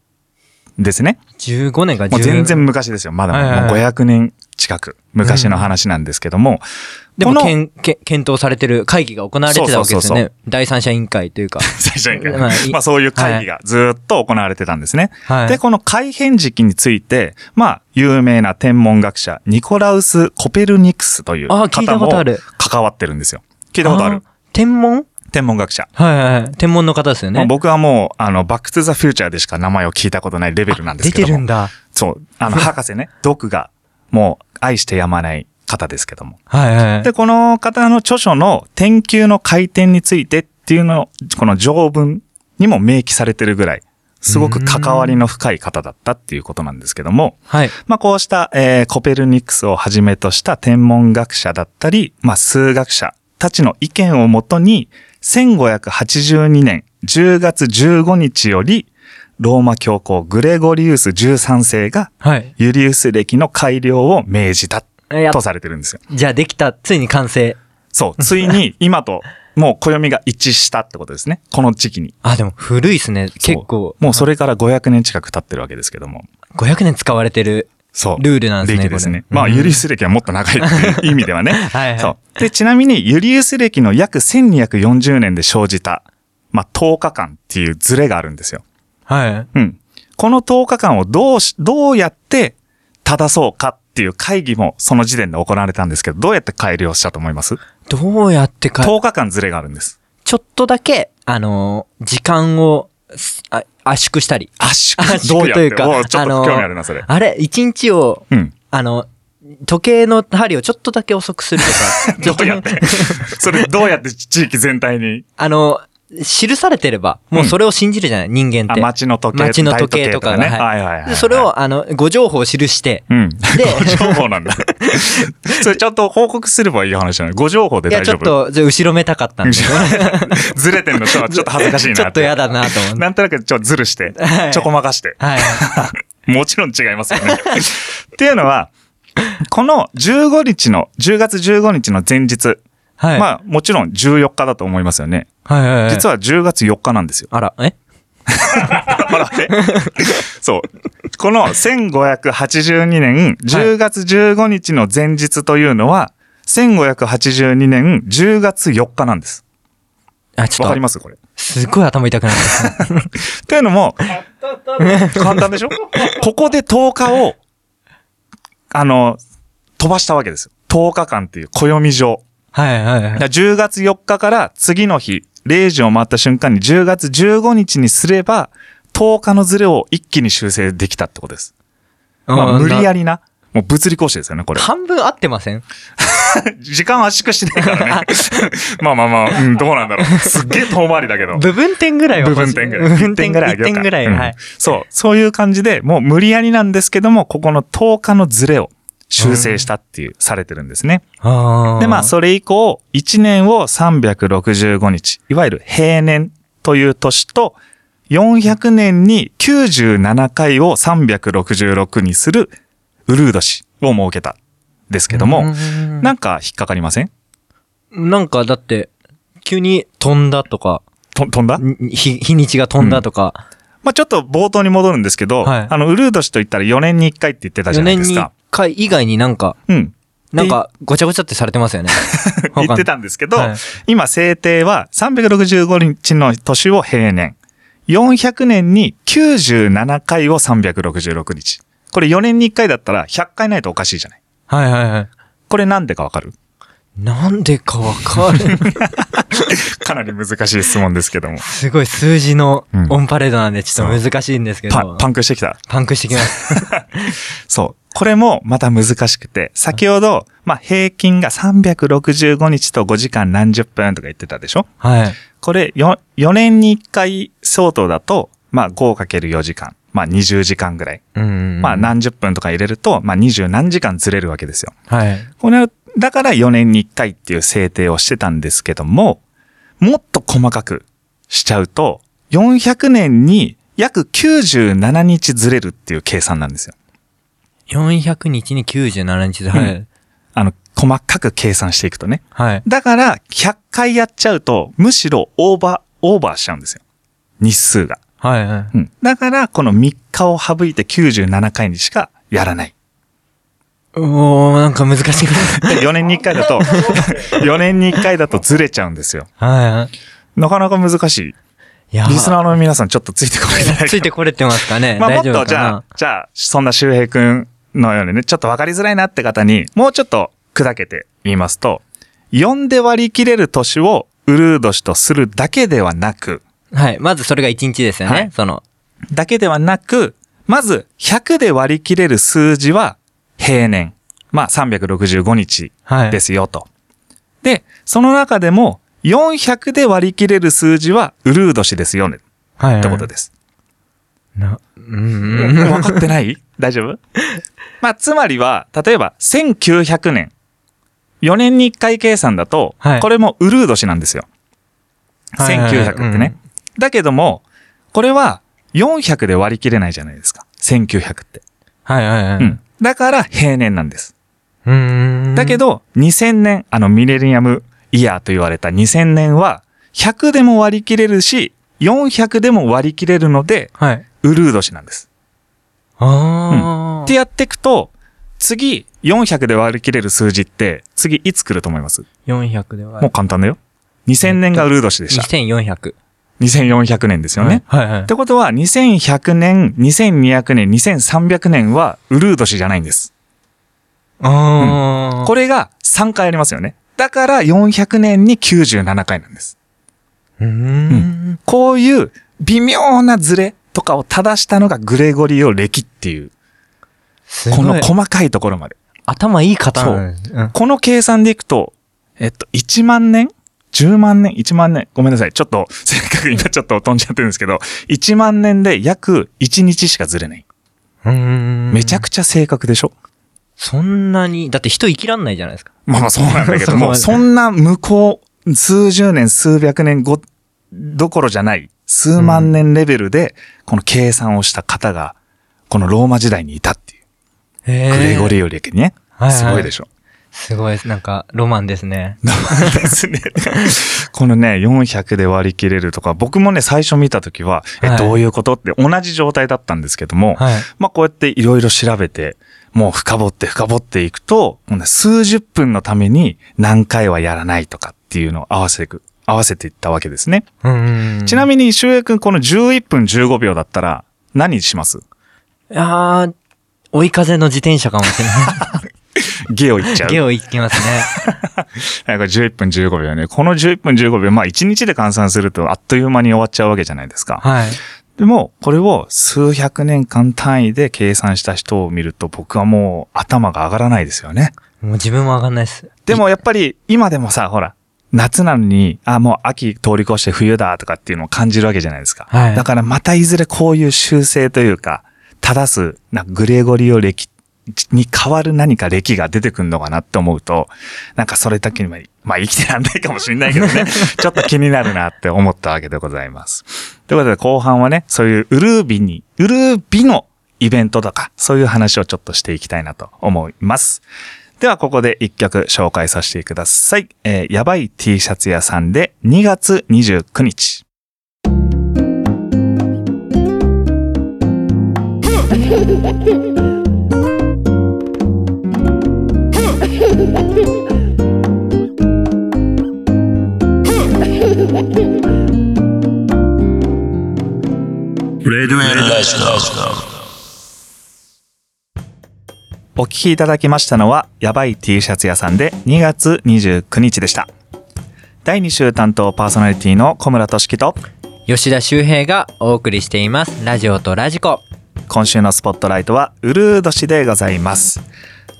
Speaker 3: んですね。
Speaker 4: 15年か
Speaker 3: もう全
Speaker 4: 17
Speaker 3: 然昔ですよ。まだ、
Speaker 4: はいはいはい
Speaker 3: もう500年近く、昔の話なんですけども、
Speaker 4: でも
Speaker 3: この
Speaker 4: けんけん検討されてる会議が行われてたわけ
Speaker 3: そ
Speaker 4: です
Speaker 3: うそ
Speaker 4: よ
Speaker 3: うそう
Speaker 4: ね。第三者委員会と いうか。
Speaker 3: 最初に
Speaker 4: まあい
Speaker 3: まあそういう会議がずーっと行われてたんですね。
Speaker 4: はい
Speaker 3: で、この改変時期について、まあ、有名な天文学者、ニコラウス・コペルニクスという
Speaker 4: あ聞いた
Speaker 3: 方
Speaker 4: こ
Speaker 3: も
Speaker 4: とある
Speaker 3: 関わってるんですよ。聞いたことある
Speaker 4: ー天文
Speaker 3: 天文学者。
Speaker 4: はいはいはい。天文の方ですよ
Speaker 3: まあ
Speaker 4: ね。
Speaker 3: 僕はもう、あの、バックトゥザフューチャーでしか名前を聞いたことないレベルなんですけ
Speaker 4: 出て
Speaker 3: ども。
Speaker 4: るんだ。
Speaker 3: そう。あの、博士ね、毒が、もう、愛してやまない方ですけども。
Speaker 4: はいはい。
Speaker 3: で、この方の著書の天球の回転についてっていうのを、この条文にも明記されてるぐらい、すごく関わりの深い方だったっていうことなんですけども、
Speaker 4: はい。
Speaker 3: まあこうした、えーコペルニクスをはじめとした天文学者だったり、まあ数学者たちの意見をもとに、1582年10月15日より、ローマ教皇グレゴリウス13世が
Speaker 4: はい。
Speaker 3: ユリウス歴の改良を命じた
Speaker 4: やっ
Speaker 3: とされてるんですよ。
Speaker 4: じゃあできた。ついに完成。
Speaker 3: そう、つい に今ともう暦が一致したってことですね。この時期に。
Speaker 4: あ、でも古いですね。
Speaker 3: そう
Speaker 4: 結構。
Speaker 3: もうそれから500年近く経ってるわけですけども。
Speaker 4: 500年使われてる。
Speaker 3: そう。
Speaker 4: ルールなんですね
Speaker 3: 歴ですね
Speaker 4: こ。れ
Speaker 3: まあ、
Speaker 4: うん
Speaker 3: ユリウス歴はもっと長いっていう意味ではね。
Speaker 4: はいはい
Speaker 3: そう。で、ちなみに、ユリウス歴の約1240年で生じた、まあ、10日間っていうズレがあるんですよ。
Speaker 4: はい。
Speaker 3: うん。この10日間をどうし、どうやって正そうかっていう会議もその時点で行われたんですけど、どうやって改良したと思います
Speaker 4: どうやってか、
Speaker 3: ?10 日間ズレがあるんです。
Speaker 4: ちょっとだけ、あのー、時間をすあ圧縮したり。
Speaker 3: 圧
Speaker 4: 圧
Speaker 3: どう
Speaker 4: 縮
Speaker 3: やっ
Speaker 4: とい
Speaker 3: て
Speaker 4: うか、
Speaker 3: もうちょっと
Speaker 4: ー
Speaker 3: 興味あるな、それ。
Speaker 4: あれ、一日を、
Speaker 3: うん。
Speaker 4: あの、時計の針をちょっとだけ遅くすると か。
Speaker 3: どうやってそれどうやって地域全体に。
Speaker 4: あの、記されてれば、もうそれを信じるじゃない、人間っ
Speaker 3: あ、
Speaker 4: て。
Speaker 3: 街の時計
Speaker 4: 街の時計とかが
Speaker 3: 大時計とかね。はいはいはいはい
Speaker 4: でそれを、あの、ご情報を記して、
Speaker 3: うん。
Speaker 4: で
Speaker 3: ご情報 なんだ。それちゃんと報告すればいい話なの。ご情報で
Speaker 4: いや、
Speaker 3: 大
Speaker 4: ち
Speaker 3: 丈
Speaker 4: ょっ
Speaker 3: 夫。
Speaker 4: と、じゃあ後ろめたかったんで。
Speaker 3: ずれてんの ちょっとちょっと恥ずかしいな
Speaker 4: ちょっと嫌だなと思って。
Speaker 3: なんとなくちょっとずるして
Speaker 4: は、い
Speaker 3: ちょこまかして。
Speaker 4: はい。
Speaker 3: もちろん違いますよね。っていうのは、この15日の、10月15日の前日、
Speaker 4: はい。
Speaker 3: まあもちろん14日だと思いますよね。
Speaker 4: あ、はいはいはい。
Speaker 3: 実は10月4日なんですよ。
Speaker 4: あら、え
Speaker 3: ほらねそう。この1582年10月15日の前日というのは、1582年10月4日なんです。
Speaker 4: あ、ちょ
Speaker 3: わか
Speaker 4: っと
Speaker 3: り、ますこれ。
Speaker 4: すっごい頭痛くなった。
Speaker 3: というのも、簡単でしょここで10日を、あの、飛ばしたわけですよ。10日間っていう暦上。
Speaker 4: はいはいは
Speaker 3: だ
Speaker 4: い
Speaker 3: か。ら10月4日から次の日、0時を回った瞬間に10月15日にすれば、10日のズレを一気に修正できたってことです。まあ、無理や
Speaker 4: り。
Speaker 3: りな。もう物理講師ですよね、これ。
Speaker 4: 半分合ってません
Speaker 3: 時間圧縮してないからね。 まあまあまあ、うん、どうなんだろう。すっげえ遠回りだけど。
Speaker 4: 部分点ぐらいは
Speaker 3: 部
Speaker 4: 欲
Speaker 3: 分
Speaker 4: しい。
Speaker 3: 点ぐらい。
Speaker 4: 部分点ぐらい。
Speaker 3: 一上げようか
Speaker 4: ぐらい。
Speaker 3: うん
Speaker 4: はい。
Speaker 3: そう、そういう感じで、もう無理やりなんですけども、ここの10日のズレを修正したっていう、されてるんですね。
Speaker 4: あー
Speaker 3: で、まあ、それ以降、1年を365日、いわゆる平年という年と、400年に97回を366にする、ウルード氏を設けた、ですけども、
Speaker 4: うん
Speaker 3: なんか引っかかりません
Speaker 4: なんかだって、急に飛んだとか、
Speaker 3: と飛んだ
Speaker 4: に日、日にちが飛んだとか、
Speaker 3: まあちょっと冒頭に戻るんですけど、
Speaker 4: はい
Speaker 3: あの、ウルード氏と言ったら4年に1回って言ってたじ
Speaker 4: 4
Speaker 3: ゃない
Speaker 4: 年
Speaker 3: です
Speaker 4: に1
Speaker 3: か。
Speaker 4: 回以外になんか、
Speaker 3: うん。
Speaker 4: なんか、ごちゃごちゃってされてま すよね。わかん
Speaker 3: 言ってたんですけど、
Speaker 4: はい
Speaker 3: 今、制定は365日の年を平年、400年に97回を366日。これ4年に1回だったら100回ないとおかしいじゃない。
Speaker 4: はいはいはい。
Speaker 3: これなんでかわかる
Speaker 4: なんでかわか る。
Speaker 3: かなり難しい質問ですけども。
Speaker 4: すごい数字の
Speaker 3: うん
Speaker 4: オンパレードなんでちょっと難しいんですけど。
Speaker 3: パン、パンクしてきた。
Speaker 4: パンクしてきます。
Speaker 3: そう。これもまた難しくて、先ほど、まあ平均が365日と5時間何十分とか言ってたでしょ
Speaker 4: はい。
Speaker 3: これ4、4年に1回相当だと、まあ 5×4 時間、まあ20時間ぐらい。
Speaker 4: うん
Speaker 3: まあ。何十分とか入れると、まあ二十何時間ずれるわけですよ。
Speaker 4: はい。
Speaker 3: これはだから4年に1回っていう制定をしてたんですけども、もっと細かくしちゃうと、400年に約97日ずれるっていう計算なんですよ。
Speaker 4: 400日に97日で、
Speaker 3: ん
Speaker 4: はい。
Speaker 3: あの、細かく計算していくとね。
Speaker 4: はい。
Speaker 3: だから、100回やっちゃうと、むしろオーバー、オーバーしちゃうんですよ。日数が。
Speaker 4: はいはい。
Speaker 3: うん。だから、この3日を省いて97回にしかやらない。
Speaker 4: うおー、なんか難しい。
Speaker 3: 4年に1回だ と、4年に1回だとずれちゃうんですよ。
Speaker 4: は
Speaker 3: なかなか難しい。
Speaker 4: い。いやー
Speaker 3: リスナーの皆さんちょっとついてこれてないか
Speaker 4: ついてこれてますかね
Speaker 3: まあも
Speaker 4: 大
Speaker 3: っと
Speaker 4: 丈夫かな
Speaker 3: じゃあ、じゃあ、そんな周平くんのようにね、ちょっとわかりづらいなって方に、もうちょっと砕けて言いますと、4で割り切れる年をウルー年とするだけではなく、
Speaker 4: はい。まずそれが1日ですよね。
Speaker 3: はい
Speaker 4: その、
Speaker 3: だけではなく、まず100で割り切れる数字は平年。まあ365日
Speaker 4: はい。
Speaker 3: ですよと。で、その中でも400で割り切れる数字はウルー年ですよね。
Speaker 4: はい。
Speaker 3: ってことです。
Speaker 4: な、うんうん。
Speaker 3: 分かってない 大丈夫まあ、つまりは、例えば1900年。4年に1回計算だと、
Speaker 4: はい
Speaker 3: これもウルー年なんですよ。
Speaker 4: はいはいはい
Speaker 3: 1900ってね。だけども、これは400で割り切れないじゃないですか。1900って。
Speaker 4: はいはいは
Speaker 3: う
Speaker 4: い。
Speaker 3: ん。だから平年なんです。
Speaker 4: うん。
Speaker 3: だけ
Speaker 4: ど、
Speaker 3: ど、2000年、あのミレニアムイヤーと言われた2000年は、100でも割り切れるし、400でも割り切れるので、
Speaker 4: はい。
Speaker 3: ウルー年なんです。
Speaker 4: ああ。
Speaker 3: ってやっていくと、次、400で割り切れる数字って、次いつ来ると思います
Speaker 4: 400では。
Speaker 3: もう簡単だよ。2000年がウルー年でした。
Speaker 4: 2400。
Speaker 3: 2400年ですよね。
Speaker 4: はいはい
Speaker 3: っ。てことは、2100年、2200年、2300年はウルー年じゃないんです。
Speaker 4: ああ。
Speaker 3: これが3回ありますよね。だから400年に97回なんです。
Speaker 4: れ。うん。
Speaker 3: こういう微妙なズレとかを正したのがグレゴリオ歴っていう、
Speaker 4: す
Speaker 3: こ
Speaker 4: ご
Speaker 3: の
Speaker 4: い。
Speaker 3: 細かいところまで。
Speaker 4: 頭いい方なんですうん
Speaker 3: この計算でいくと、えっと、1万年 ?10 万年 ?1 万年ごめんなさい。ちょっと、 せっかく今ちょっと飛んじゃってるんですけど、1万年で約1日しかずれない。
Speaker 4: うん。
Speaker 3: めちゃくちゃ正確でしょ、
Speaker 4: そんなに、だって人生きらんないじゃないですか。
Speaker 3: まあまあそうなんだけ
Speaker 4: そ
Speaker 3: ど
Speaker 4: う
Speaker 3: も、そんな向こう、数十年、数百年後、どころじゃない、数万年レベルで、この計算をした方が、このローマ時代にいたっていう。
Speaker 4: グ
Speaker 3: グレ
Speaker 4: レ
Speaker 3: ゴリオ歴ね。
Speaker 4: はいはい
Speaker 3: すごいでしょ。
Speaker 4: すごいです。なんか、ロマンですね。
Speaker 3: ですね。このね、400で割り切れるとか、僕もね、最初見たときは、え、
Speaker 4: はい
Speaker 3: どういうことって同じ状態だったんですけども、
Speaker 4: はい。
Speaker 3: まあこうやっていろいろ調べて、もう深掘って深掘っていくと、もうね数十分のために何回はやらないとかっていうのを合わせていく、合わせていったわけですね。
Speaker 4: うん。
Speaker 3: ちな
Speaker 4: み
Speaker 3: みに、周平君、この11分15秒だったら、何します
Speaker 4: に、あー、追い風の自転車かもしれな
Speaker 3: ゲを言っ ちゃう。
Speaker 4: い。ゲを行きますね。
Speaker 3: はいこれ11分15秒ね。この11分15秒、まあ1日で換算するとあっという間に終わっちゃうわけじゃないですか。
Speaker 4: はい。
Speaker 3: でも、これを数百年間単位で計算した人を見ると僕はもう頭が上がらないですよね。
Speaker 4: もう自分もわかんないです。
Speaker 3: でもやっぱり今でもさ、ほら、夏なのに、あ、もう秋通り越して冬だとかっていうのを感じるわけじゃないですか。
Speaker 4: はい
Speaker 3: だからまたいずれこういう修正というか、正す、なんかグレゴリオ歴に変わる何か歴が出てくるのかなって思うと、なんかそれだけにま、まあ生きてらんないかもしれないけど ね、ちょっと気になるなって思ったわけでございます。ということで後半はね、そういうウルービに、ウルービのイベントとか、そういう話をちょっとしていきたいなと思います。ではここで一曲紹介させてください。えーやばい T シャツ屋さんで2月29日。
Speaker 2: Radio Enlightened.
Speaker 3: お聞きいただきましたのは、やばい T シャツ屋さんで2月29日でした。第2週担当パーソナリティの小村俊樹と、
Speaker 4: 吉田修平がお送りしています。ラジオとラジコ。
Speaker 3: 今週のスポットライトは、うるう年でございます。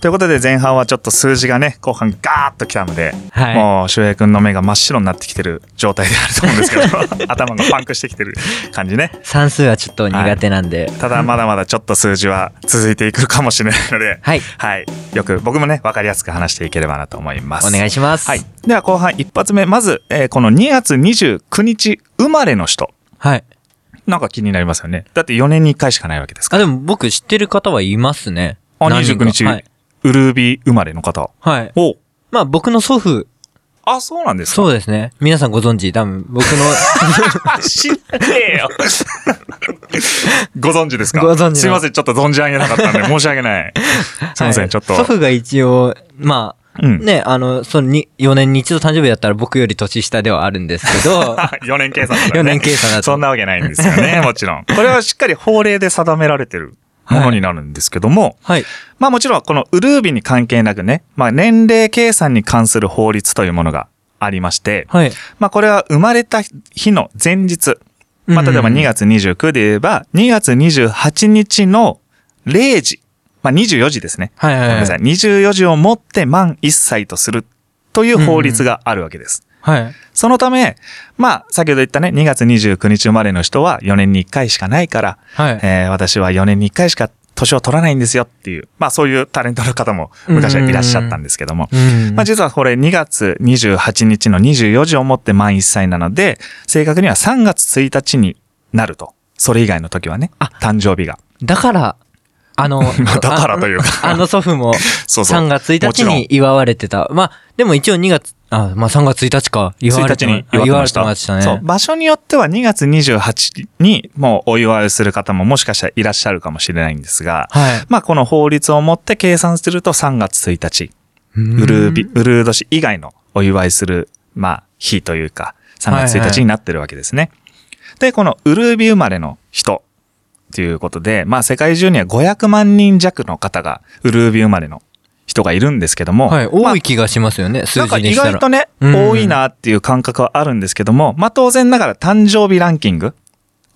Speaker 3: ということで前半はちょっと数字がね、後半ガーッと来たので、
Speaker 4: はい
Speaker 3: もう周平くんの目が真っ白になってきてる状態であると思うんですけど、 頭がパンクしてきてる感じね。
Speaker 4: 算数はちょっと苦手なんで。
Speaker 3: ただまだまだちょっと数字は続いていくかもしれないので、
Speaker 4: はい。
Speaker 3: はい。よく僕もね、わかりやすく話していければなと思います。
Speaker 4: お願い
Speaker 3: し
Speaker 4: します。
Speaker 3: はい。。では後半一発目、まず、えーこの2月29日生まれの人。
Speaker 4: はい。
Speaker 3: なんか気になりますよね。だって4年に1回しかないわけですか
Speaker 4: あ、でも僕知ってる方はいますね。
Speaker 3: ら。あ、
Speaker 4: 何人か
Speaker 3: 29日、
Speaker 4: はい。
Speaker 3: ウルービー生まれの方。
Speaker 4: はい。
Speaker 3: お
Speaker 4: まあ僕の祖父、
Speaker 3: あ、そうなん ですか
Speaker 4: そ うですね。皆さんご存知、多分僕の、
Speaker 3: あ、知ってよ。 ご存知ですか
Speaker 4: ご存知の
Speaker 3: すいません、ちょっと存じ上げなかったんで、申し訳 ない。すいません、ちょっと。
Speaker 4: 祖父が一応、まあ、
Speaker 3: うん
Speaker 4: ね、あの、そのに4年に一度誕生日だったら僕より年下ではあるんですけ ど、
Speaker 3: 4年計算だから、ね。
Speaker 4: 4年計算だと
Speaker 3: そんなわけないんですよ ね、もちろん。これはしっかり法令で定められてるものになるんですけども、
Speaker 4: はい。
Speaker 3: まあもちろんこのウルービに関係なくね、まあ年齢計算に関する法律というものがありまして、
Speaker 4: はい。
Speaker 3: まあこれは生まれた日の前日、まあ例えば
Speaker 4: うん
Speaker 3: 2月29で言えば、2月28日の0時、まあ24時ですね。
Speaker 4: はいはいはい
Speaker 3: ごめんなさい。24時をもって満1歳とするという法律があるわけです。
Speaker 4: はい。
Speaker 3: そのため、まあ、先ほど言ったね、2月29日生まれの人は4年に1回しかないから、
Speaker 4: はい
Speaker 3: えー私は4年に1回しか年を取らないんですよっていう、まあそういうタレントの方も昔はいらっしゃったんですけども、
Speaker 4: うん
Speaker 3: まあ実はこれ2月28日の24時をもって満1歳なので、正確には3月1日になると。それ以外の時はね、誕生日が。
Speaker 4: だから、あの、
Speaker 3: だからというか
Speaker 4: ああの祖父も
Speaker 3: そうそう
Speaker 4: 3月1
Speaker 3: もち
Speaker 4: 日
Speaker 3: ろん
Speaker 4: に祝われてた。まあ、でも一応2月、あ、まあ3月1日か。祝われ
Speaker 3: 1
Speaker 4: て
Speaker 3: 日
Speaker 4: ま
Speaker 3: に祝ってました。
Speaker 4: あ祝われてましたね。
Speaker 3: そう。場所によっては2月28にもうお祝いをする方ももしかしたらいらっしゃるかもしれないんですが、
Speaker 4: はい
Speaker 3: まあこの法律をもって計算すると3月1日、ウルービ、ウルー年以外のお祝いする、まあ日というか、3月1日になってるわけですね。で、このウルービ生まれの人ということで、まあ世界中には500万人弱の方がウルービ生まれの人がいるんですけども、
Speaker 4: はい。
Speaker 3: まあ
Speaker 4: 多い気がしますよね、数
Speaker 3: なんか
Speaker 4: 字に
Speaker 3: 意
Speaker 4: したら。
Speaker 3: 外とね、
Speaker 4: うん
Speaker 3: 多いなっていう感覚はあるんですけども、まあ当然ながら誕生日ランキング、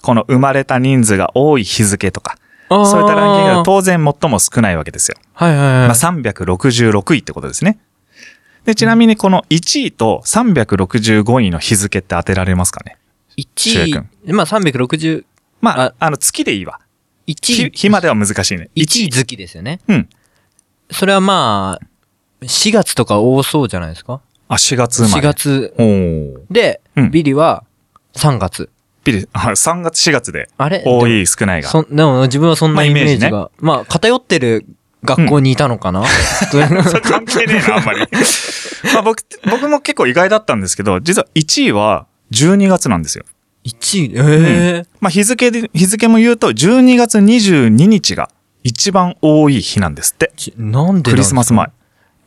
Speaker 3: この生まれた人数が多い日付とか、
Speaker 4: あー
Speaker 3: そういったランキングが当然最も少ないわけですよ。
Speaker 4: はいはいはい。
Speaker 3: まあ366位ってことですね。で、ちなみにこの1位と365位の日付って当てられますかね
Speaker 4: 1
Speaker 3: 柊
Speaker 4: 位、まあ361
Speaker 3: まあ、
Speaker 4: あ
Speaker 3: あの月でいいわ。日
Speaker 4: 位、
Speaker 3: 日までは難しいね。
Speaker 4: 1位月ですよね。
Speaker 3: うん。
Speaker 4: それはまあ、4月とか多そうじゃないですか。
Speaker 3: あ、4月生まれ。。
Speaker 4: 4月。
Speaker 3: おー
Speaker 4: で、
Speaker 3: うん
Speaker 4: ビリは3月。
Speaker 3: ビリ、あ3月4月で。
Speaker 4: あれ
Speaker 3: 多い、少ないが。
Speaker 4: そんでも自分はそん
Speaker 3: ま
Speaker 4: な
Speaker 3: あ
Speaker 4: イ
Speaker 3: イメ
Speaker 4: メ
Speaker 3: ー
Speaker 4: ー
Speaker 3: ジ
Speaker 4: ジが。
Speaker 3: ね
Speaker 4: まあ、偏ってる学校にいた の かな、
Speaker 3: それ関係ねえ な、あんまり。まあ僕、僕も結構意外だったんですけど、実は1位は12月なんですよ。
Speaker 4: ?1 位、え
Speaker 3: うん
Speaker 4: ー
Speaker 3: まあ日付で、日付も言うと12月22日が一番多い日なんですって。
Speaker 4: ちなんで
Speaker 3: クリスマ
Speaker 4: ス。
Speaker 3: ス前。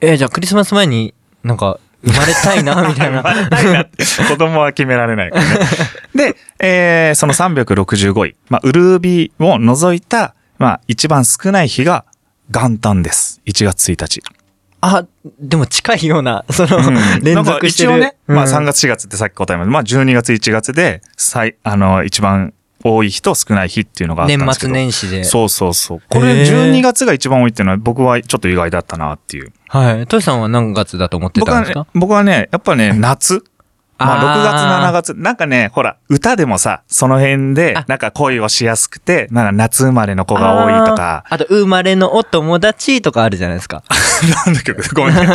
Speaker 4: えーじゃあクリスマス前になんか生まれたいな、みたいな。
Speaker 3: 子供は決められないからね。 で、えーその365位、まあ、ウルービーを除いた、まあ、一番少ない日が元旦です。1月1日。
Speaker 4: あ、でも近いような、その、
Speaker 3: うん
Speaker 4: 連続してる。
Speaker 3: なんか一応ね、まあ
Speaker 4: うん
Speaker 3: 3月4月ってさっき答えました。まあ12月1月で、最、あの、一番多い日と少ない日っていうのがあったんで
Speaker 4: 年
Speaker 3: すけ
Speaker 4: 末
Speaker 3: ど。
Speaker 4: 年始で。
Speaker 3: そうそうそう。これ
Speaker 4: へー
Speaker 3: 12月が一番多いっていうのは僕はちょっと意外だったなっていう。
Speaker 4: はい。トシさんは何月だと思って
Speaker 3: 僕
Speaker 4: たん
Speaker 3: は
Speaker 4: です
Speaker 3: ね
Speaker 4: か、
Speaker 3: 僕はね、やっ ぱね、夏。まあ
Speaker 4: あー
Speaker 3: 6月7月。なんかね、ほら、歌でもさ、その辺で
Speaker 4: あ、
Speaker 3: なんか恋をしやすくて、なんか夏生まれの子が多いとか。
Speaker 4: あーあと、生まれのお友達とかあるじゃないですか。
Speaker 3: なんだっけごめんね。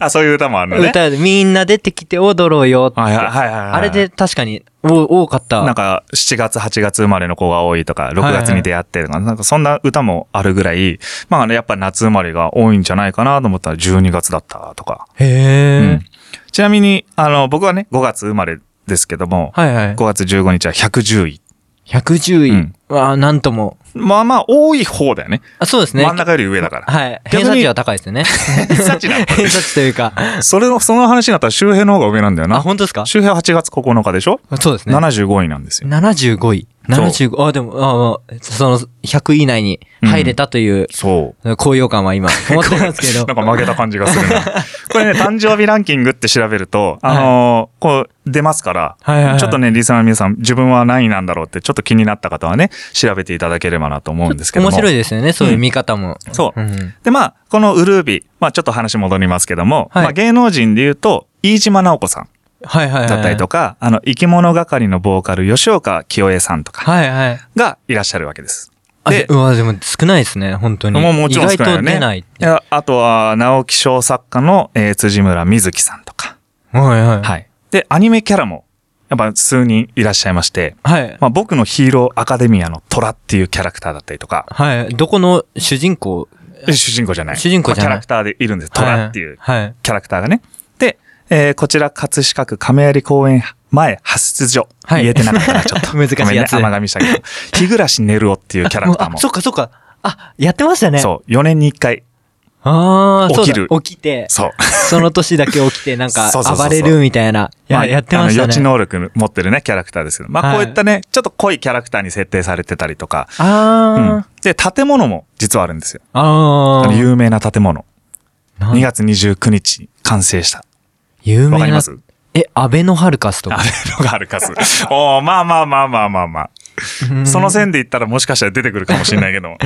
Speaker 3: あ、そういう歌もあるのね。
Speaker 4: 歌でみんな出てきて踊ろうよって。
Speaker 3: はいはいはいはいはい。
Speaker 4: あれで確かにお多かった。
Speaker 3: なんか、7月、8月生まれの子が多いとか、6月に出会ってとか、なんかそんな歌もあるぐらい、まあね、やっぱ夏生まれが多いんじゃないかなと思ったら12月だったとか。
Speaker 4: へ
Speaker 3: う
Speaker 4: え、
Speaker 3: んちなみに、あの、僕はね、5月生まれですけども、
Speaker 4: はいはい
Speaker 3: 5。月15日は110位。
Speaker 4: 110位。
Speaker 3: うん
Speaker 4: わあ、なんとも。
Speaker 3: まあまあ、多い方だよね。
Speaker 4: あ、そうですね。
Speaker 3: 真ん中より上だから。
Speaker 4: はい。
Speaker 3: 逆に
Speaker 4: 偏差値は高いですよね。
Speaker 3: 偏差値だ。
Speaker 4: 偏差値というか。
Speaker 3: それの、その話になったら周平の方が上なんだよ
Speaker 4: あ、
Speaker 3: な。
Speaker 4: 本当ですか
Speaker 3: 周平は8月9日でしょ、
Speaker 4: そうですね。
Speaker 3: ?75 位なんですよ。
Speaker 4: 75位。
Speaker 3: そう
Speaker 4: 75、あ、でも、あその、100位以内に入れたという、
Speaker 3: そう。
Speaker 4: 高揚感 は今、思ってますけど。
Speaker 3: なんか負けた感じがする な。これね、誕生日ランキングって調べると、あのーこう、出ますから、
Speaker 4: はいはいはい
Speaker 3: ちょっとね、リスナーの皆さん、自分は何位なんだろうって、ちょっと気になった方はね、調べていただければなと思うんですけども。
Speaker 4: 面白い
Speaker 3: い。
Speaker 4: ですよね、そういう見方も。
Speaker 3: そう。
Speaker 4: うん
Speaker 3: で、まあ、このウルービー、まあ、ちょっと話戻りますけども、
Speaker 4: はい
Speaker 3: まあ、芸能人で言うと、飯島直子さん
Speaker 4: はいはいはい。
Speaker 3: だったりとか、あの、生き物係のボーカル、吉岡清江さんとか
Speaker 4: はいはい。
Speaker 3: がいらっしゃるわけです。
Speaker 4: あ
Speaker 3: で
Speaker 4: うわ、でも少ないですね、本当に。
Speaker 3: もうもちろん少
Speaker 4: 意外
Speaker 3: よ
Speaker 4: と
Speaker 3: ね
Speaker 4: 出ない。
Speaker 3: やあとは、直木賞作家の、えー辻村瑞希さんとか。
Speaker 4: はいはい。
Speaker 3: はい。で、アニメキャラも、やっぱ数人いらっしゃいまして、
Speaker 4: はい。
Speaker 3: まあ僕のヒーローアカデミアの虎っていうキャラクターだったりとか、
Speaker 4: はい。どこの主人公
Speaker 3: え主人公じゃない。
Speaker 4: 主人公じゃない
Speaker 3: まあキャラクターでいるんです。虎っていう
Speaker 4: はい。
Speaker 3: キャラクターがね。で、えーこちら、葛飾区亀有公園前発出所。
Speaker 4: はい
Speaker 3: 言えてなかったな、ちょっと。
Speaker 4: 難しいやつ
Speaker 3: ごめんね、甘噛みしたけど。日暮寝るおっていうキャラクター
Speaker 4: もう
Speaker 3: も。
Speaker 4: あそっかそっか。あ、やってましたね。
Speaker 3: そう、4年に1回。
Speaker 4: ああ、そうだ
Speaker 3: 起きる
Speaker 4: 起きて、
Speaker 3: そう。
Speaker 4: その年だけ起きて、なん か
Speaker 3: そうそうそうそ
Speaker 4: 暴
Speaker 3: う
Speaker 4: れるみたいな。 いや、やってまし
Speaker 3: あ
Speaker 4: た
Speaker 3: の、予知
Speaker 4: ね。
Speaker 3: 能力持ってるね、キャラクターですけど。まあ、
Speaker 4: は
Speaker 3: こ
Speaker 4: いう
Speaker 3: いったね、ちょっと濃いキャラクターに設定されてたりとか。う
Speaker 4: あ
Speaker 3: んで、建物も実はあるんですよ。
Speaker 4: あ、あ
Speaker 3: あ
Speaker 4: あ
Speaker 3: の、有名な建物。
Speaker 4: なん
Speaker 3: 2月29日、完成した。
Speaker 4: 有名
Speaker 3: わかり
Speaker 4: な
Speaker 3: ます。
Speaker 4: え、アベノハルカスと
Speaker 3: あ
Speaker 4: か。
Speaker 3: れのがある かす。おーまあまあまあまあまあまあ。その線で言ったらもしかしたら出てくるかもしれないけ ども。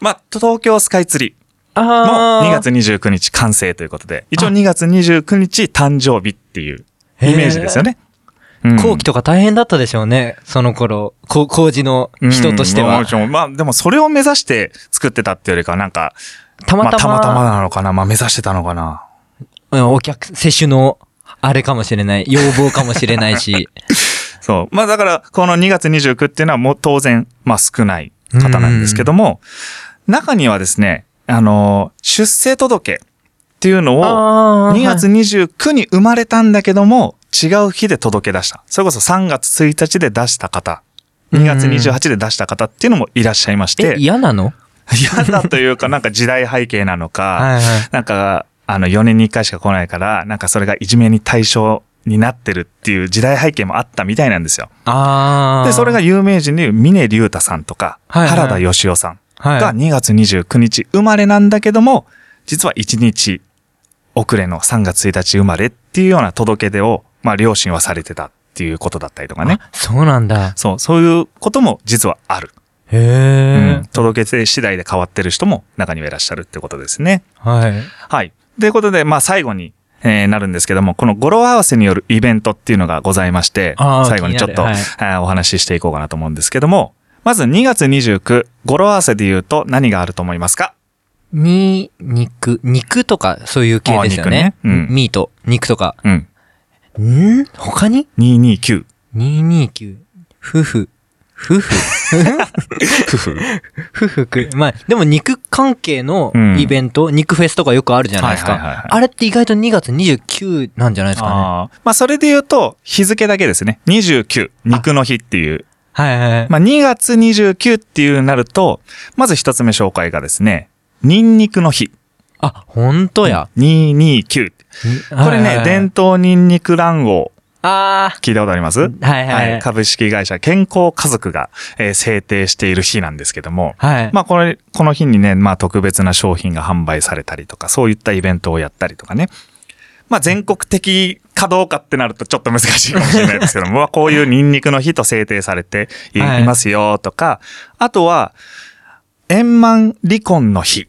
Speaker 3: まあ、東京スカイツリーも
Speaker 4: あ
Speaker 3: 2月29日完成ということで、一応
Speaker 4: あ
Speaker 3: 2月29日誕生日っていうイ
Speaker 4: へー
Speaker 3: メージですよね。うん
Speaker 4: 後期とか大変だったでしょうね。その頃、こ工事の人として
Speaker 3: うん
Speaker 4: は
Speaker 3: も。ちろんまあ、でもそれを目指して作ってたっていうよりかはなんか、
Speaker 4: たまた
Speaker 3: まあ、たまたま
Speaker 4: ま、
Speaker 3: なのかな。まあ、目指してたのかな。
Speaker 4: うんお客、接種の、あれかもしれない。要望かもしれな いし。
Speaker 3: そう。まあだから、この2月29っていうのはもう当然、まあ少ない方なんですけども、中にはですね、あのー、出生届っていうのを、
Speaker 4: あー
Speaker 3: 2月
Speaker 4: はい
Speaker 3: 29に生まれたんだけども、違う日で届け出した。それこそ3月1日で出した方、2月28で出した方っていうのもいらっしゃいまして
Speaker 4: え、、嫌なの
Speaker 3: 嫌だというか、なんか時代背景なの
Speaker 4: は
Speaker 3: か、
Speaker 4: いはい。
Speaker 3: なんか、あの、4年に1回しか来ないから、なんかそれがいじめに対象になってるっていう時代背景もあったみたいなんですよ。
Speaker 4: ああ。
Speaker 3: で、それが、有名人で、峰竜太さんとか、
Speaker 4: はいはい
Speaker 3: 原田義雄さん
Speaker 4: はい、
Speaker 3: が2月29日生まれなんだけども、実は1日遅れの3月1日生まれっていうような届け出を、まあ、両親はされてたっていうことだったりとかね。
Speaker 4: あそうなんだ。
Speaker 3: そう、そういうことも実はある。
Speaker 4: へ
Speaker 3: う
Speaker 4: え
Speaker 3: ん。。届け出次第で変わってる人も中にはいらっしゃるってことですね。
Speaker 4: はい。
Speaker 3: はい。ということで、まあ、最後に、えーなるんですけども、この語呂合わせによるイベントっていうのがございまして、
Speaker 4: あー
Speaker 3: 最後にちょっ
Speaker 4: 気
Speaker 3: と、
Speaker 4: になる
Speaker 3: あーお話ししていこうかなと思うんですけども、まず2月29、語呂合わせで言うと何があると思いますか
Speaker 4: に、肉、肉とかそういう系ですよね。
Speaker 3: あ肉ねうん
Speaker 4: ミート、肉とか。
Speaker 3: うん。
Speaker 4: ん他に
Speaker 3: 229。
Speaker 4: ?229。夫婦。夫婦。
Speaker 3: ふふ。
Speaker 4: 夫婦く。まあ、でも肉関係の
Speaker 3: うん
Speaker 4: イベント、肉フェスとかよくあるじゃないです
Speaker 3: はいはいはいは
Speaker 4: か
Speaker 3: い。
Speaker 4: あれって意外と2月29なんじゃないですかね。
Speaker 3: あーまあ、それで言うと、日付だけですね。29、肉の日っていう。
Speaker 4: はいはいはい。
Speaker 3: まあ、2月29っていうなると、まず一つ目紹介がですね、ニンニクの日。
Speaker 4: あ、ほんとや。
Speaker 3: 229。これ
Speaker 4: はいはい
Speaker 3: ね、
Speaker 4: はい
Speaker 3: 伝統ニンニク卵黄。
Speaker 4: あ
Speaker 3: 聞いたことあります
Speaker 4: ー。はいはいはい。
Speaker 3: 株式会社健康家族が、えー制定している日なんですけども、
Speaker 4: はい。
Speaker 3: まあこれ、この日にね、まあ特別な商品が販売されたりとか、そういったイベントをやったりとかね。まあ全国的かどうかってなるとちょっと難しいかもしれないですけど も、まあこういうニンニクの日と制定されていい
Speaker 4: はい
Speaker 3: ますよとか、あとは、円満離婚の日。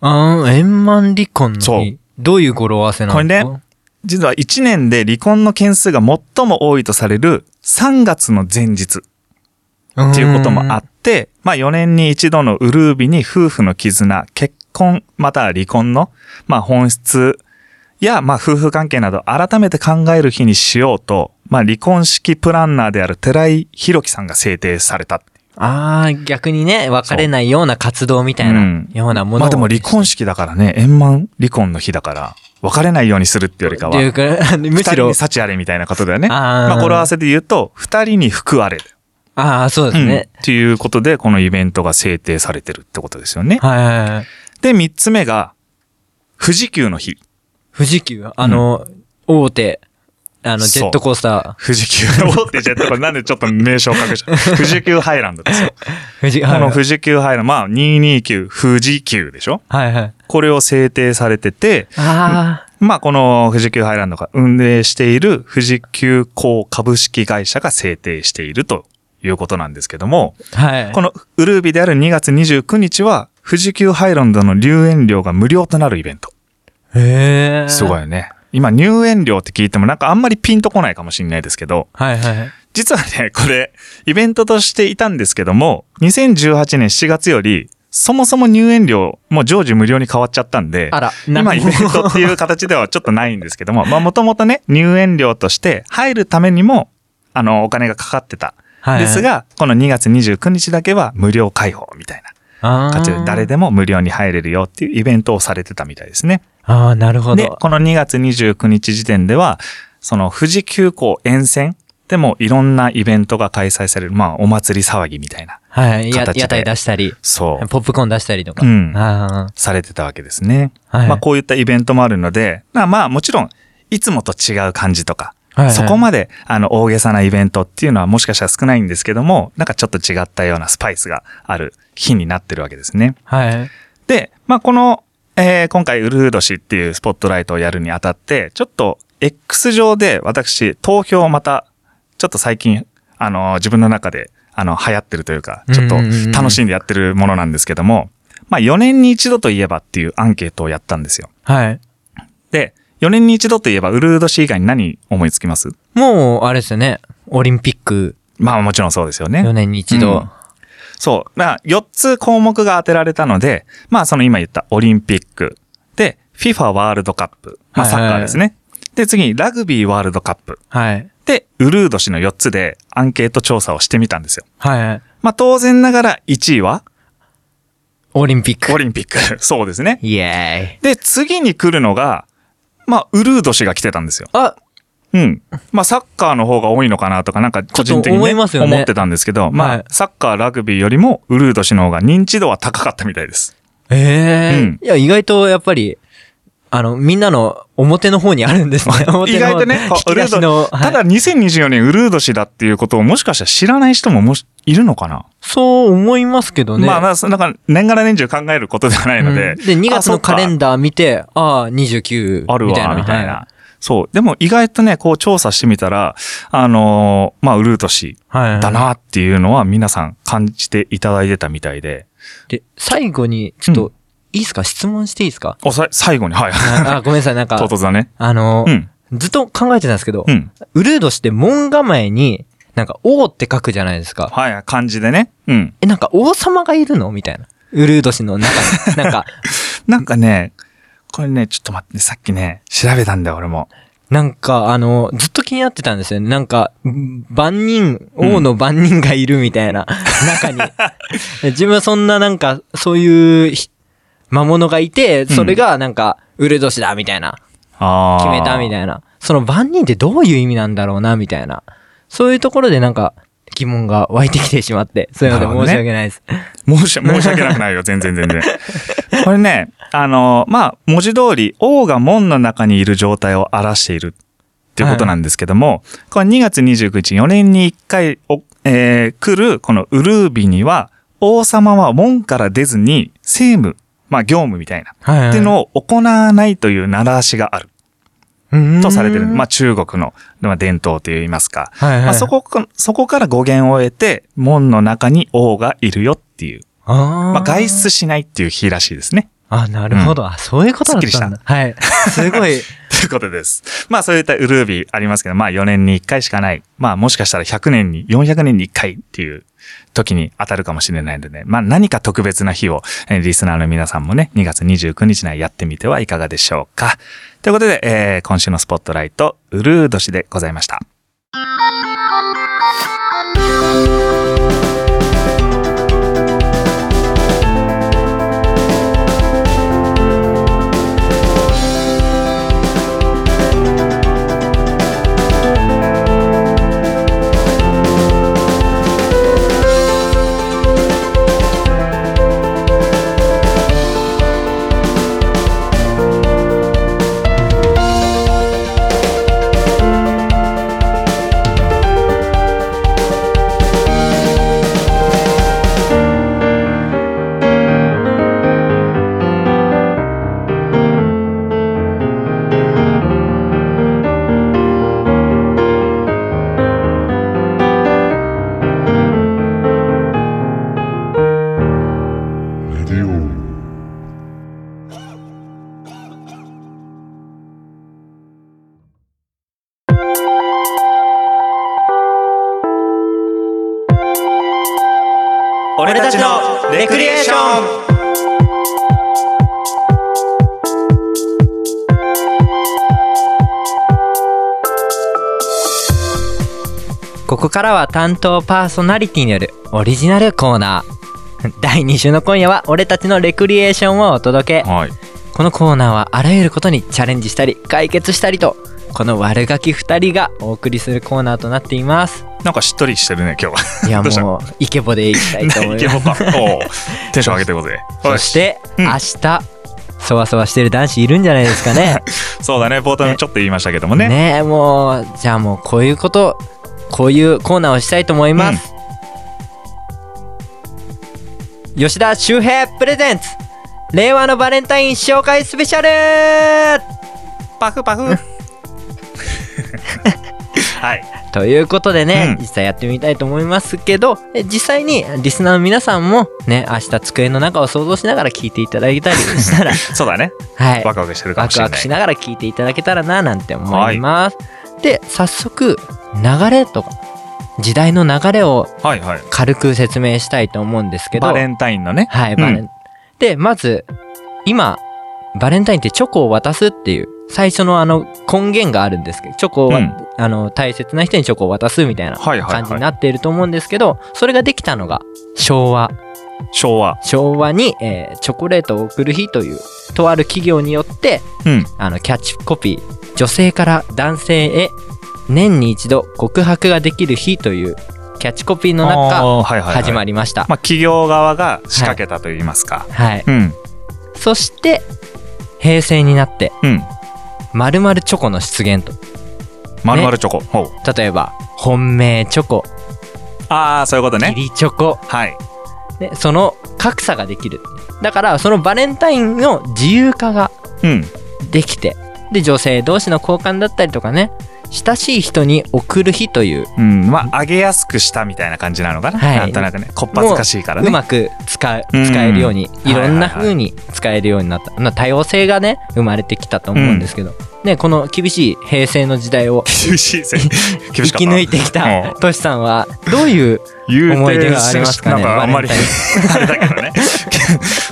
Speaker 4: あー円満離婚の
Speaker 3: そ
Speaker 4: 日
Speaker 3: う。
Speaker 4: どういう語呂合わせなの
Speaker 3: これね実は1年で離婚の件数が最も多いとされる3月の前日。っていうこともあって、まあ4年に一度のウルービに夫婦の絆、結婚、または離婚の、まあ本質や、まあ夫婦関係など改めて考える日にしようと、まあ離婚式プランナーである寺井宏樹さんが制定された。
Speaker 4: ああ、逆にね、別れないような活動みたいな、
Speaker 3: うん
Speaker 4: ようなものを
Speaker 3: まあでも離婚式だからね、円満離婚の日だから、別れないようにするってよりか
Speaker 4: っ
Speaker 3: は
Speaker 4: てい、うか、 む
Speaker 3: 二
Speaker 4: し
Speaker 3: 人
Speaker 4: ろ
Speaker 3: に、幸あれみたいなことだよね。
Speaker 4: あー
Speaker 3: まあ語呂合わせで言うと、二人に福あれ。
Speaker 4: ああ、そうで
Speaker 3: う
Speaker 4: す
Speaker 3: ん。っ
Speaker 4: ね。
Speaker 3: ていうことで、このイベントが制定されてるってことですよね。
Speaker 4: はいはいはい。
Speaker 3: で、三つ目が、富士急の日。
Speaker 4: 富士急、あの、大手、あの、ジェットコースタ
Speaker 3: 富士急。大手ジェットコースターなんでちょっと名称隠した富士急ハイランドですよ。
Speaker 4: ー。富士、
Speaker 3: こ
Speaker 4: はい
Speaker 3: の富士急ハイランド、まあ229富士急でしょ
Speaker 4: はいはい。
Speaker 3: これを制定されてて、
Speaker 4: あ
Speaker 3: まあこの富士急ハイランドが運営している富士急行株式会社が制定しているということなんですけども、
Speaker 4: あ、はい。
Speaker 3: このウルービである2月29日は富士急ハイランドの入園料が無料となるイベント。
Speaker 4: へえ。
Speaker 3: すごい。よね。今入園料って聞いてもなんかあんまりピンとこないかもしれないですけど、
Speaker 4: はいはい。
Speaker 3: 実はね、これ、イベントとしていたんですけども、2018年7月より、そもそも入園料、もう常時無料に変わっちゃったんで、
Speaker 4: あら、
Speaker 3: 今イベントって
Speaker 4: う。
Speaker 3: いう形 ではちょっとないんですけども、まあもともとね、入園料として入るためにも、あの、お金がかかってた。
Speaker 4: はい
Speaker 3: ですが、この2月29日だけは無料開放みたいな
Speaker 4: あー
Speaker 3: 形で、誰でも無料に入れるよっていうイベントをされてたみたいですね。
Speaker 4: ああ、なるほ
Speaker 3: で、
Speaker 4: ど。
Speaker 3: この2月29日時点では、その富士急行沿線でもいろんなイベントが開催される、まあお祭り騒ぎみたいな、
Speaker 4: はい。や
Speaker 3: 形で
Speaker 4: 屋台出したり、
Speaker 3: そう、
Speaker 4: ポップコーン出したりとか。
Speaker 3: うん
Speaker 4: あ
Speaker 3: されてたわけですね。
Speaker 4: はい
Speaker 3: まあこういったイベントもあるので、まあまあもちろん、いつもと違う感じとか、
Speaker 4: はいはい
Speaker 3: そこまで、あの、大げさなイベントっていうのはもしかしたら少ないんですけども、なんかちょっと違ったようなスパイスがある日になってるわけですね。
Speaker 4: あ。はい。
Speaker 3: で、まあ、この、えー今回、ウルフ年っていうスポットライトをやるにあたって、ちょっと、X 上で私、投票をまた、ちょっと最近、あのー、自分の中で、あの、流行ってるというか、ちょっと
Speaker 4: うんうんうんうん
Speaker 3: 楽しんでやってるものなんですけども、まあ、4年に一度といえばっていうアンケートをやったんですよ。
Speaker 4: はい。
Speaker 3: で、4年に一度といえば、ウルフ年以外に何思いつきます
Speaker 4: もう、あれですよね。オリンピック
Speaker 3: まあ、もちろんそうですよね。
Speaker 4: 4年に一
Speaker 3: うん
Speaker 4: 度。
Speaker 3: そう。まあ、4つ項目が当てられたので、まあ、その今言ったオリンピック。で、FIFA ワールドカップ。まあ、
Speaker 4: はい
Speaker 3: サ
Speaker 4: はい
Speaker 3: ッ
Speaker 4: はい
Speaker 3: カーですね。で、次にラグビーワールドカップ。
Speaker 4: はい。
Speaker 3: で、ウルード氏の4つでアンケート調査をしてみたんですよ。
Speaker 4: はい。
Speaker 3: まあ、当然ながら1位は
Speaker 4: オリンピッ
Speaker 3: オ
Speaker 4: ク。
Speaker 3: リンピック。 そうですね。
Speaker 4: イエーイ。
Speaker 3: で、次に来るのが、まあ、ウルード氏が来てたんですよ。
Speaker 4: あ、
Speaker 3: うん。まあ、サッカーの方が多いのかなとか、なんか個人的に、
Speaker 4: ちょっと
Speaker 3: ね
Speaker 4: 思いますよね
Speaker 3: 思ってたんですけど、まあ、
Speaker 4: はい
Speaker 3: サッカー、ラグビーよりもウルード氏の方が認知度は高かったみたいです。
Speaker 4: ええ
Speaker 3: うん
Speaker 4: いや、意外とやっぱり、あの、みんなの表の方にあるんですね。
Speaker 3: 意
Speaker 4: 表の
Speaker 3: 外
Speaker 4: 方
Speaker 3: とね、こう
Speaker 4: 引き出しの、
Speaker 3: ウルード
Speaker 4: はい
Speaker 3: ただ2024年ウルード氏だっていうことをもしかしたら知らない人ももしいるのかな、
Speaker 4: そう思いますけどね。
Speaker 3: まあまあ、そなんか年がら年中考えることではないので。
Speaker 4: うんで、2月のカレン
Speaker 3: ダ
Speaker 4: ダー見て、ああ、29。
Speaker 3: あるわ、みたいな。
Speaker 4: は
Speaker 3: そう。でも意外とね、こう調査してみたら、あのーまあ、ウルード氏
Speaker 4: はいはい。
Speaker 3: だ。なっていうのは皆さん感じていただいてたみたいで。
Speaker 4: で、最後に、ちょっと、
Speaker 3: う
Speaker 4: いいですか質問していいですか
Speaker 3: お、さ最後に、はい。
Speaker 4: あ、ごめんなさい、なん
Speaker 3: 唐
Speaker 4: か、
Speaker 3: 突だね。
Speaker 4: あの、
Speaker 3: うん
Speaker 4: ずっと考えてたんですけど、
Speaker 3: うん。
Speaker 4: ウルードして門構えに、なんか、王って書くじゃないですか。
Speaker 3: はい、漢字でね。うん。
Speaker 4: え、なんか王様がいるのみたいな。ウルード氏の中に。なんか、
Speaker 3: なんかね、これね、ちょっと待って、さっきね、調べたんだよ、俺も。
Speaker 4: なんか、あの、ずっと気になってたんですよね。なんか、ん万人、王の万人がいるみたいな、中に。自分はそんななんか、そういうひ魔物がいて、それがなんか、ウルド氏だみたいな、
Speaker 3: ああ。
Speaker 4: 決めたみ
Speaker 3: い
Speaker 4: たいな。その万人ってどういう意味なんだろうな、みたいな。そういうところでなんか、疑問が湧いてきてしまって、そういうので
Speaker 3: なるほど
Speaker 4: 申
Speaker 3: ね
Speaker 4: し訳ないです。
Speaker 3: な。申し申し訳なく ないよ、全然全然。これね、あの、まあ、文字通り、王が門の中にいる状態を表しているっていうことなんですけども、この2月29日、4年に1回お、えー来る、このウルービには、王様は門から出ずに、政務、まあ、業務みたいな、
Speaker 4: はい、
Speaker 3: っていうのを行わないという習わしがある。
Speaker 4: を
Speaker 3: とされてる。まあ
Speaker 4: あ、
Speaker 3: 中国の、まあ、伝統といいますか。
Speaker 4: はいはい
Speaker 3: まあ、そこか、そこから語源を得て、門の中に王がいるよっていう。
Speaker 4: あー
Speaker 3: まあ外出しないっていう日らしいですね。
Speaker 4: あ、なるほど。あ、そういうことだっ
Speaker 3: す
Speaker 4: た
Speaker 3: っ
Speaker 4: ん
Speaker 3: きり
Speaker 4: だ。はい。すごい。
Speaker 3: ということです。まあそういったウルービーありますけど、まあ4年に1回しかない。まあもしかしたら100年に、400年に1回っていう時に当たるかもしれないので、ね、まあ何か特別な日を、えーリスナーの皆さんもね、2月29日内やってみてはいかがでしょうか。ということで、えー今週のスポットライト、ウルー年でございました。俺
Speaker 4: たちのレクリエーショ
Speaker 3: ン
Speaker 4: ここからは担当パーソナリティによるオリジナルコーナー。第2週の今夜は俺たちのレクリエーションをお届け。
Speaker 3: はい。
Speaker 4: このコーナーはあらゆることにチャレンジしたり解決したりとこの悪ガキ2人がお送りするコーナーとなっています
Speaker 3: なんかしっとりしてるね、今日は。
Speaker 4: いや
Speaker 3: どうした
Speaker 4: もうイケボでいきたいと思
Speaker 3: い
Speaker 4: い
Speaker 3: け
Speaker 4: ま
Speaker 3: も
Speaker 4: す
Speaker 3: か。 おうテンション上げていこうぜ。
Speaker 4: そして、
Speaker 3: うん
Speaker 4: 明日そわそわしてる男子いるんじゃないですかね
Speaker 3: そうだね、冒頭にちょっと言いましたけども
Speaker 4: ね
Speaker 3: ね。
Speaker 4: えもうじゃあもうこういうことこういうコーナーをしたいと思います、吉田周平プレゼンツ令和のバレンタイン紹介スペシャル
Speaker 3: パフパフ。はい。
Speaker 4: ということでね、
Speaker 3: うん
Speaker 4: 実際やってみたいと思いますけど、え実際にリスナーの皆さんもね、明日机の中を想像しながら聞いていただいたりし たら、
Speaker 3: そうだね。
Speaker 4: はい、
Speaker 3: ワクワクしてるか
Speaker 4: ワ
Speaker 3: もし
Speaker 4: ク
Speaker 3: れ
Speaker 4: ワ
Speaker 3: な
Speaker 4: ク
Speaker 3: い
Speaker 4: し。ながら聞いていただけたらな、なんて思います。で、早速、流れとか、時代の流れを
Speaker 3: はいはい。
Speaker 4: 軽く説明したいと思うんですけど、
Speaker 3: バレンタインのね。
Speaker 4: はい、バレン。
Speaker 3: う
Speaker 4: で、まず、今、バレンタインってチョコを渡すっていう、最初のあの根源があるんですけど、チョコをわ、
Speaker 3: うん
Speaker 4: あの、大切な人にチョコを渡すみたいな
Speaker 3: はいはいはい
Speaker 4: 感じになっていると思うんですけど、それができたのが昭和。
Speaker 3: 昭和。
Speaker 4: 昭和に、えーチョコレートを送る日という、とある企業によって、
Speaker 3: うん。
Speaker 4: あの、キャッチコピー、女性から男性へ、年に一度告白ができる日という、キャッチコピーの中、
Speaker 3: あーはいはいはい
Speaker 4: 始まりました。
Speaker 3: まあ、企業側が仕掛けたといいますか。
Speaker 4: はい。
Speaker 3: うん。
Speaker 4: そして、平成になって、
Speaker 3: うん。
Speaker 4: まるまるチョコの出現と。
Speaker 3: まるまるチョコ。ほう。
Speaker 4: 例えば、本命チョコ、
Speaker 3: ああ、そういうことね。
Speaker 4: 義理チョコ、
Speaker 3: はい。
Speaker 4: ね、その格差ができる。だから、そのバレンタインの自由化が
Speaker 3: うん。
Speaker 4: できて、で、女性同士の交換だったりとかね、親しい人に贈る日という、
Speaker 3: うん。まあ、上げやすくしたみたいな感じなのかな。
Speaker 4: はい
Speaker 3: なんとなくね。こっぱずかしいからね。
Speaker 4: うまく使う
Speaker 3: うん
Speaker 4: 使えるように、
Speaker 3: い
Speaker 4: いろんな
Speaker 3: はいはい
Speaker 4: 風に使えるようになった。まあ多様性がね、生まれてきたと思うんですけど、ね、この厳しい平成の時代を
Speaker 3: 厳しいぜ。厳し
Speaker 4: 生
Speaker 3: かった。
Speaker 4: き抜いてきたトシさんは、どういう
Speaker 3: 言うて
Speaker 4: 思い出がありますかね
Speaker 3: なんかあんまり
Speaker 4: バレン
Speaker 3: あれだけどね。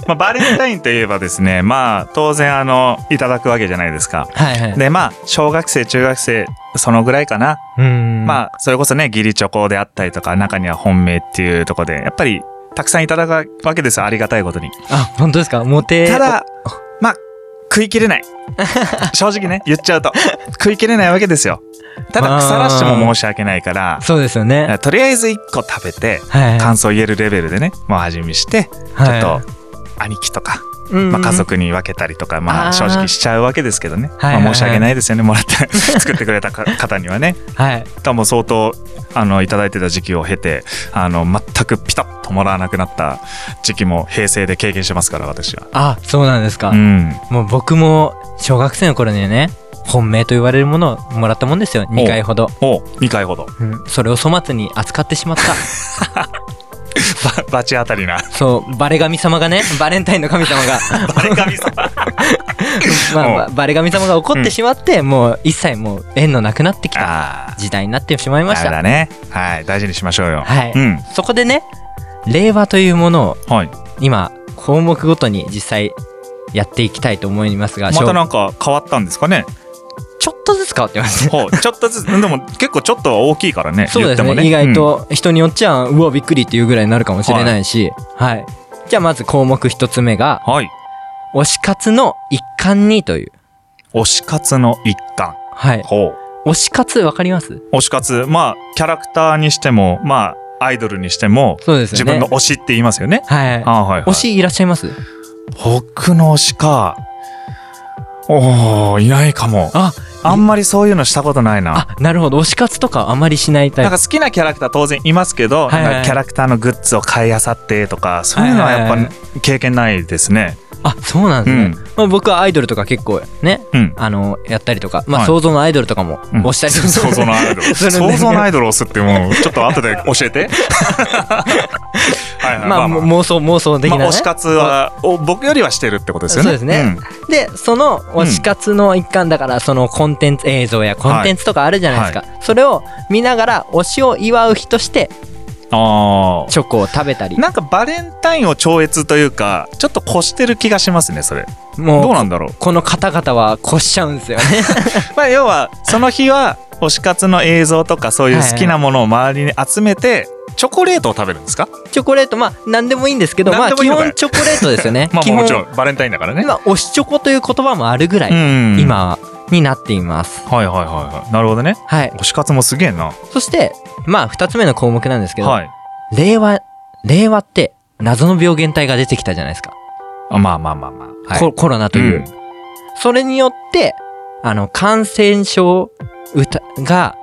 Speaker 3: まあバレンタインといえばですね、まあ当然あのいただくわけじゃないですか。
Speaker 4: はいはい。
Speaker 3: でまあ小学生中学生そのぐらいかな。
Speaker 4: うん。
Speaker 3: まあそれこそね義理チョコであったりとか中には本命っていうところでやっぱりたくさんいただくわけですよありがたいことに。
Speaker 4: あ、本当ですかモテ。
Speaker 3: ただまあ食い切 れない。正直ね言っちゃうと食い切れないわけですよ。ただ腐らしても申し訳ないから
Speaker 4: お、そうですよね。
Speaker 3: とりあえず1個食べて。
Speaker 4: はい。
Speaker 3: 感想を言えるレベルでね、もう味見して、ちょ
Speaker 4: はい
Speaker 3: っと兄貴とか、
Speaker 4: うんうん
Speaker 3: まあ、家族に分けたりとか、ま
Speaker 4: あ
Speaker 3: あ、
Speaker 4: ー
Speaker 3: 正直しちゃうわけですけどね、
Speaker 4: はいはいはい
Speaker 3: まあ、申し訳ないですよねもらって作ってくれた か方にはね
Speaker 4: はい。
Speaker 3: 多分相当あのいただいてた時期を経てあの全くピタッともらわなくなった時期も平成で経験してますから私は。
Speaker 4: あ、そうなんですか。
Speaker 3: うん、
Speaker 4: もう僕も小学生の頃にね、本命と言われるものをもらったもんですよ。2回ほど。
Speaker 3: お2回ほど
Speaker 4: うんそれを粗末に扱ってし まった。
Speaker 3: ば罰当たり な
Speaker 4: そう、バレ神様がね、バレンタインの神様 が、
Speaker 3: バレ神様
Speaker 4: まあまあ
Speaker 3: お
Speaker 4: バレ神様が怒ってしまって、もう一切もう縁のなくなってきた
Speaker 3: ああ
Speaker 4: 時代になってしまいまし
Speaker 3: だ
Speaker 4: た。
Speaker 3: だねはい大事にしましょうよ
Speaker 4: はい
Speaker 3: うん
Speaker 4: そこでね、令和というものを
Speaker 3: はい
Speaker 4: 今、項目ごとに実際やっていきたいと思いますが、
Speaker 3: またなんか変わったんです かね
Speaker 4: ちょっとずつ変わってますね。
Speaker 3: ほうちょっとずつでも結構ちょっとは大きいからね
Speaker 4: そう
Speaker 3: 言っ
Speaker 4: ですね
Speaker 3: てもね
Speaker 4: 意外と人によっちゃうわびっくりっていうぐらいになるかもしれないし、はいじゃあまず項目一つ目が
Speaker 3: うんはい
Speaker 4: 推し活の一環にという、
Speaker 3: 推し活の一環
Speaker 4: はい、
Speaker 3: ほ
Speaker 4: 推し活わかります
Speaker 3: う推し活まあキャラクターにしてもまあアイドルにしても、
Speaker 4: そうです
Speaker 3: 自
Speaker 4: よね
Speaker 3: 分の推しって言いますよね
Speaker 4: はい、
Speaker 3: あはい、はい、
Speaker 4: 推しいらっしゃいます
Speaker 3: 僕の推しかおおいないかも
Speaker 4: あ
Speaker 3: あんまりそういうのしたことないな
Speaker 4: あなるほど推し活とかあまりしない
Speaker 3: な
Speaker 4: タ
Speaker 3: ん
Speaker 4: イプ
Speaker 3: か好きなキャラクター当然いますけど、
Speaker 4: はいはい
Speaker 3: なんかキャラクターのグッズを買いあさってとかそういうのはや
Speaker 4: はい
Speaker 3: っ
Speaker 4: は
Speaker 3: ぱ経験ないですね、
Speaker 4: あそうなんですね、まあ、僕はアイドルとか結構ね
Speaker 3: うん
Speaker 4: あのやったりとか、ま
Speaker 3: は
Speaker 4: あ、
Speaker 3: い
Speaker 4: 想像のアイドルとかも
Speaker 3: うん
Speaker 4: 推したりとか、
Speaker 3: 想像のアイドル。
Speaker 4: するんで
Speaker 3: 想像のアイドルを押すってもう、ちょっと後で教え て。はいはい
Speaker 4: まあ、妄想妄想的な、ね
Speaker 3: まあ推し活は、お僕よりはしてるってことですよね。
Speaker 4: そうですね
Speaker 3: ん。
Speaker 4: でその推し活の一環だからそのコンテンツ映像やコンテンツとかあるじゃないですか、それを見ながら推しを祝う日として
Speaker 3: あ
Speaker 4: チョコを食べたり
Speaker 3: あ。なんかバレンタインを超越というか、ちょっと越してる気がしますね、それ。どう
Speaker 4: もう
Speaker 3: なんだろう。
Speaker 4: この方々は越しちゃうんですよね
Speaker 3: まあ、要は、その日は、推し活の映像とかそういう好きなものを周りに集めて、チョコレートを食べるんですか
Speaker 4: チョコレート、まあ、何でもいいんですけど、ま
Speaker 3: 何
Speaker 4: あ、
Speaker 3: でもい
Speaker 4: 基
Speaker 3: いのか。
Speaker 4: 本チョコレートですよね
Speaker 3: まあ
Speaker 4: 基
Speaker 3: も
Speaker 4: 本
Speaker 3: ちろんバレンタインだからね。
Speaker 4: 今、推しチョコという言葉もあるぐらい、
Speaker 3: うん。。
Speaker 4: 今になっています。
Speaker 3: はいはいはいはい。なるほどね。
Speaker 4: はい。
Speaker 3: 推し活もすげえな。
Speaker 4: そして、まあ、二つ目の項目なんですけど、
Speaker 3: はい。
Speaker 4: 令和、令和って、謎の病原体が出てきたじゃないですか。
Speaker 3: あまあまあまあまあ。はい
Speaker 4: ココロナという。それによって、あの、感染症歌が、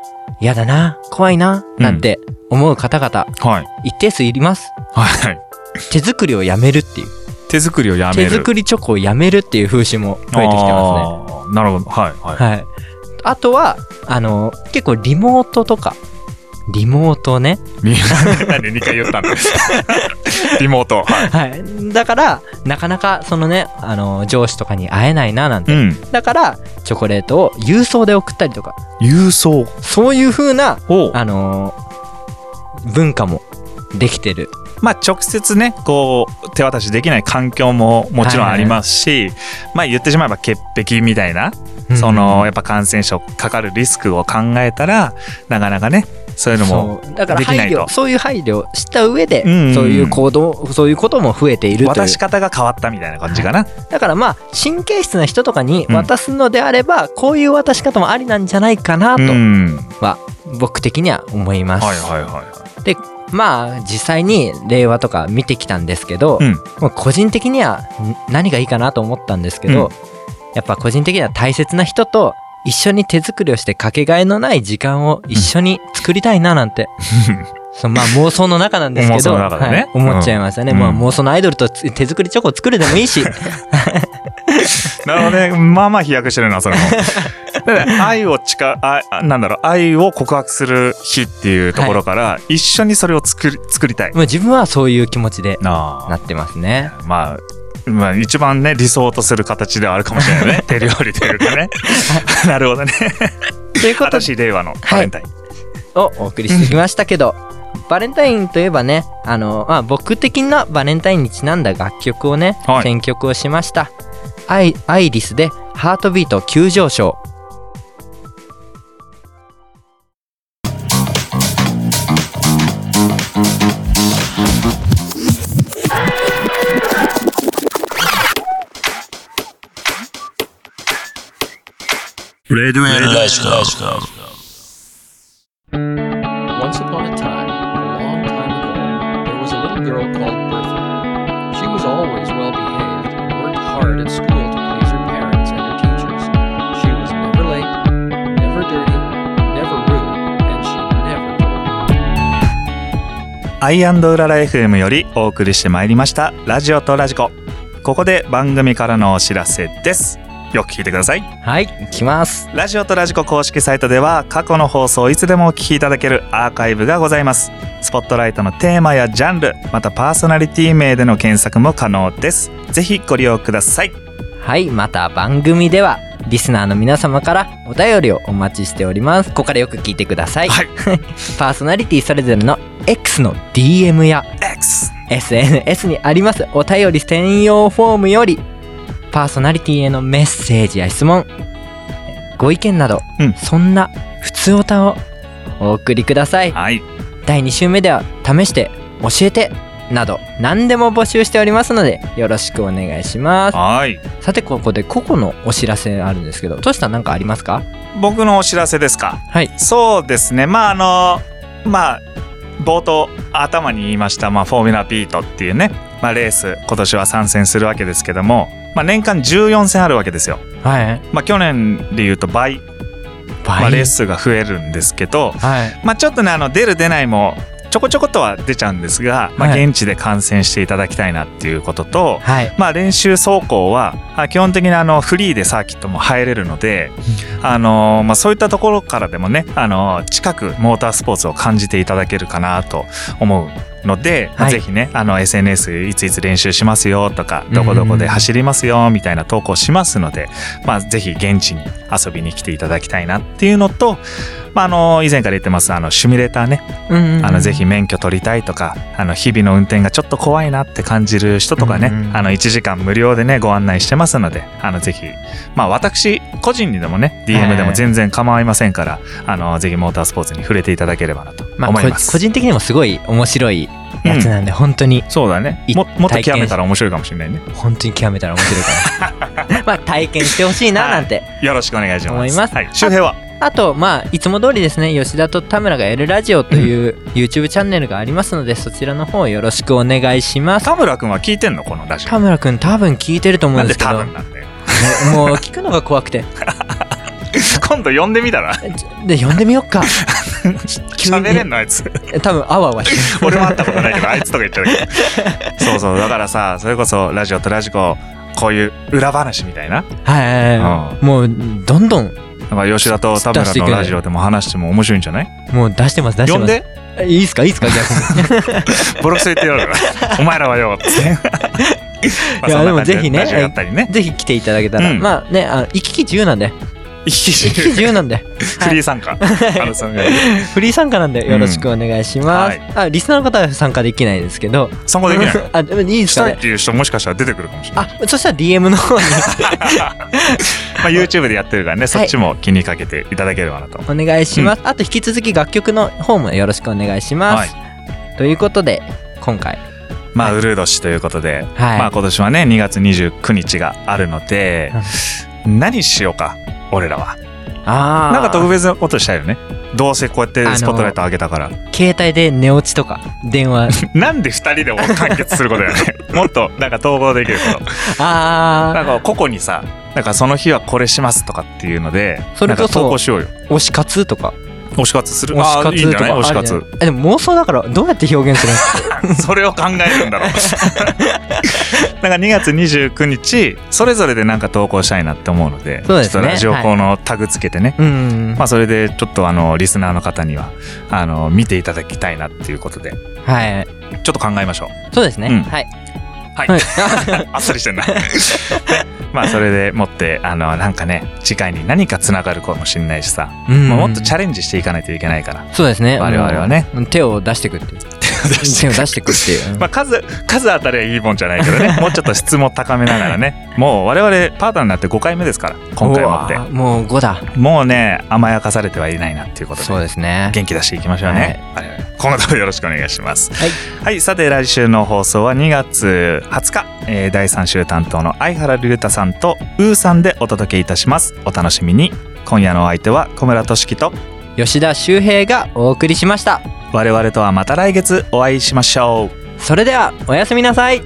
Speaker 4: 嫌だな、怖いな、
Speaker 3: うん
Speaker 4: なんて思う方々、
Speaker 3: はい。
Speaker 4: 一定数います。
Speaker 3: はい。
Speaker 4: 手作りをやめるっていう。
Speaker 3: 手作りをやめ
Speaker 4: 手
Speaker 3: る。
Speaker 4: 作りチョコをやめるっていう風習も増えてきてま
Speaker 3: ますね。なるほど。はいはい。
Speaker 4: すね。はい。あとは、あの、結構リモートとか、リモートね。
Speaker 3: みなんで2回言ったんですリモート。はい。
Speaker 4: はい。だから、なかなか、そのね、あの、上司とかに会えないな、なんて。
Speaker 3: うん。
Speaker 4: だから、チョコレートを郵送で送ったりとか、
Speaker 3: 郵送
Speaker 4: そういう風な
Speaker 3: を。
Speaker 4: あのー文化もできてる。
Speaker 3: まあ直接ね、こう、手渡しできない環境ももちろんありますし、まあ言ってしまえば潔癖みたいな、その、やっぱ感染症かかるリスクを考えたら、なかなかね、そういうのも
Speaker 4: そうだから
Speaker 3: できな
Speaker 4: 配
Speaker 3: いと
Speaker 4: 慮そういう配慮をした上で、
Speaker 3: うんうん
Speaker 4: そういう行動そういうことも増えているとい
Speaker 3: 渡
Speaker 4: う
Speaker 3: し方が変わったみたいな感じかな。
Speaker 4: だからまあ神経質な人とかに
Speaker 3: うん
Speaker 4: 渡すのであれば、こういう渡し方もありなんじゃないかなと
Speaker 3: うん。
Speaker 4: は僕的には思います、
Speaker 3: はいはいは
Speaker 4: でまあ実際に令和とか見てきたんですけど、
Speaker 3: い。うん。
Speaker 4: もう個人的にはん何がいいかなと思ったんですけど、
Speaker 3: うん
Speaker 4: やっぱ個人的には大切な人と一緒に手作りをしてかけがえのない時間を一緒に作りたいななんて、そのまあ妄想の中なんですけ
Speaker 3: 妄想
Speaker 4: ど、
Speaker 3: の中でね
Speaker 4: はい思っちゃいましたね、
Speaker 3: うん
Speaker 4: まあ、
Speaker 3: うん
Speaker 4: 妄想のアイドルとつ手作りチョコを作るでもいいし
Speaker 3: なるほどね。まあまあ飛躍してるな、そ れも。だから愛を誓う、ああなんだろう、愛を告白する日っていうところから、一緒にそれを作り、作りたい。
Speaker 4: もう自分はそういう気持ちで
Speaker 3: な
Speaker 4: なってますね
Speaker 3: あ。まあ、まあ一番ね、理想とする形ではあるかもしれない ね。手料理というかね。 なるほどね。
Speaker 4: というこ
Speaker 3: 新
Speaker 4: と
Speaker 3: しい令和のバレンタイン。
Speaker 4: をお送りしてきましたけど、バレンタインといえばねあの、まあ、僕的なバレンタインにちなんだ楽曲をね、
Speaker 3: はい
Speaker 4: 選曲をしましたアイアイリスで「ハートビート急上昇」
Speaker 2: Red Red Lashlowski.
Speaker 5: Once upon a time, a long time ago, there was a little girl called Bertha. She was always well behaved and worked hard at school to please her parents and her teachers. She was never late, never dirty, never rude, and she never told
Speaker 3: アイウララ FM よりお送りしてまいりました「ラジオとラジコ」ここで番組からのお知らせですよく聞いてください
Speaker 4: はいいきます
Speaker 3: ラジオとラジコ公式サイトでは過去の放送をいつでもお聞きいただけるアーカイブがございますスポットライトのテーマやジャンルまたパーソナリティ名での検索も可能ですぜひご利用ください
Speaker 4: はいまた番組ではリスナーの皆様からお便りをお待ちしておりますここからよく聞いてください、
Speaker 3: はい
Speaker 4: パーソナリティそれぞれの X の DM や
Speaker 3: X
Speaker 4: SNS にありますお便り専用フォームよりパーソナリティへのメッセージや質問ご意見など、
Speaker 3: うん
Speaker 4: そんな普通おたをお送りください
Speaker 3: はい
Speaker 4: 第2週目では試して教えてなど何でも募集しておりますのでよろしくお願いします
Speaker 3: はい
Speaker 4: さてここで個々のお知らせあるんですけどトシさん何かありますか
Speaker 3: 僕のお知らせですか
Speaker 4: はい
Speaker 3: そうですねまああのまあ冒頭頭に言いました、まあ、フォーミュラビートっていうね、まあ、レース今年は参戦するわけですけども、まあ、年間14戦あるわけですよ、
Speaker 4: はい
Speaker 3: まあ、去年でいうと倍、まあ、レース数が増えるんですけど、
Speaker 4: はい
Speaker 3: まあ、ちょっとねあの出る出ないもちょこちょことは出ちゃうんですが、まあ、
Speaker 4: はい
Speaker 3: 現地で観戦していただきたいなっていうことと、
Speaker 4: はい
Speaker 3: まあ、練習走行はあ基本的にあのフリーでサーキットも入れるので、あのまあ、そういったところからでもね、あの近くモータースポーツを感じていただけるかなと思うので、
Speaker 4: はい
Speaker 3: ぜひねあの SNS いついつ練習しますよとか
Speaker 4: うん
Speaker 3: どこどこで走りますよみたいな投稿しますので、まあ、ぜひ現地に遊びに来ていただきたいなっていうのと、まあ、あの、以前から言ってます、あの、シミュレーターね、
Speaker 4: うんうん
Speaker 3: あのぜひ免許取りたいとかあの日々の運転がちょっと怖いなって感じる人とかね、
Speaker 4: うんうん
Speaker 3: あの1時間無料でねご案内してますのであのぜひまあ私個人にでもね DM でも全然構いませんから、あのぜひモータースポーツに触れていただければなと
Speaker 4: まあ
Speaker 3: 思います、
Speaker 4: こ個人的にもすごい面白いやつなんで、本当に
Speaker 3: そうだね
Speaker 4: い
Speaker 3: ももっと
Speaker 4: 体験
Speaker 3: 極めたら面白いかもしれないね
Speaker 4: 本当に極めたら面白いか らまあ体験してほしいななんて、
Speaker 3: よろしくお願いします
Speaker 4: 思います
Speaker 3: はい、周平は
Speaker 4: あとまあいつも通りですね吉田と田村がやるラジオという YouTube チャンネルがありますのでそちらの方よろしくお願いします
Speaker 3: 田村君は聞いてんのこのラジ
Speaker 4: 田村くん多分聞いてると
Speaker 3: オ
Speaker 4: 思う
Speaker 3: なんん
Speaker 4: で
Speaker 3: です
Speaker 4: け
Speaker 3: 多
Speaker 4: ども
Speaker 3: 分なんだよ
Speaker 4: うもう聞くのが怖くて
Speaker 3: 今度呼んでみたら
Speaker 4: で呼んでみよっか 急に
Speaker 3: 喋れんのあいつ
Speaker 4: 多分あわあわして
Speaker 3: 俺は会ったことないけどあいつとか言ってるけどそうそうだからさそれこそラジオとラジコこういう裏話みたいな
Speaker 4: はいはいはい、もうどんどん
Speaker 3: なんか吉田と田村のラジオでも話しても面白いんじゃない
Speaker 4: もう出してます出して
Speaker 3: 呼ん
Speaker 4: ます
Speaker 3: で
Speaker 4: えいいっすかいいっすか逆に
Speaker 3: ボロクソ言って やるからお前らはよってまあ
Speaker 4: い
Speaker 3: そ
Speaker 4: や
Speaker 3: ん
Speaker 4: で
Speaker 3: な
Speaker 4: も
Speaker 3: 感じ
Speaker 4: ぜひね
Speaker 3: ラジオやったりね
Speaker 4: ぜひ来ていただけたら、
Speaker 3: うん
Speaker 4: まあねあの行き来自由なんで
Speaker 3: 一気に
Speaker 4: 行き来自由なんで
Speaker 3: フリー参加あのその
Speaker 4: フリー参加なんでよろしくお願いします、
Speaker 3: う
Speaker 4: あリスナーの方は参加できないですけど
Speaker 3: 参加できない
Speaker 4: あでもいいです
Speaker 3: し
Speaker 4: か
Speaker 3: たい
Speaker 4: ね
Speaker 3: っていう人もしかしたら出てくるかもしれない
Speaker 4: あそしたら DM の方に
Speaker 3: まあ YouTube でやってるからねそっちも気にかけていただければなと
Speaker 4: お願いします、あと引き続き楽曲の方もよろしくお願いします、ということで今回
Speaker 3: まあ、ウルード氏ということで、
Speaker 4: はい
Speaker 3: まあ今年はね、2月29日があるので、何しようか、俺らは。
Speaker 4: あ
Speaker 3: なんか特別なことしたいよね。どうせこうやってスポットライト上げたから。
Speaker 4: 携帯で寝落ちとか 電話
Speaker 3: なんで2人でも完結することやね。 もっとなんか統合できる こと。
Speaker 4: あ
Speaker 3: なんか個々にさ、なんかその日はこれしますとかっていうので、
Speaker 4: それ
Speaker 3: なんか
Speaker 4: こそ
Speaker 3: 投稿しようよ。
Speaker 4: ー推し活とか
Speaker 3: 推し活する。
Speaker 4: 推し
Speaker 3: あーいい
Speaker 4: 活
Speaker 3: ん
Speaker 4: と
Speaker 3: じゃない
Speaker 4: か
Speaker 3: 推し
Speaker 4: ある
Speaker 3: 活
Speaker 4: じゃない。えでも妄想だからどうやって表現するんですか
Speaker 3: それを考えるんだろう。 なんか2月29日、それぞれでなんか投稿したいなって思うので、
Speaker 4: そうですね
Speaker 3: ちょっとラジオコのタグつけてね、
Speaker 4: うん
Speaker 3: まあ、それでちょっとあのリスナーの方にはあの見ていただきたいなっていうことでちょ
Speaker 4: はい
Speaker 3: っと考えましょう
Speaker 4: そうですね、
Speaker 3: うん
Speaker 4: はい
Speaker 3: はい
Speaker 4: はい
Speaker 3: あっさりしてんなまあそれでもってあのなんかね次回に何かつながるかもしれないしさ、
Speaker 4: うん
Speaker 3: まあ、もっとチャレンジしていかないといけないから、
Speaker 4: そうですね
Speaker 3: 我々はね
Speaker 4: もう手を出してくっていう手を出してくっていう、
Speaker 3: まあ、数数あたりはいいもんじゃないけどねもうちょっと質も高めながらねもう我々パートナーになって5回目ですから今回もっ
Speaker 4: うわ
Speaker 3: て
Speaker 4: ーもう5だ
Speaker 3: もうね甘やかされてはいないなっていうことで
Speaker 4: そうですね
Speaker 3: 元気出していきましょうね、我々この後もよろしくお願いします
Speaker 4: はい、
Speaker 3: はい、さて来週の放送は2月20日、えー第3週担当の相原龍太さんとウーさんでお届けいたしますお楽しみに今夜のお相手は小村俊樹と
Speaker 4: 吉田修平がお送りしました
Speaker 3: 我々とはまた来月お会いしましょう
Speaker 4: それではおやすみなさい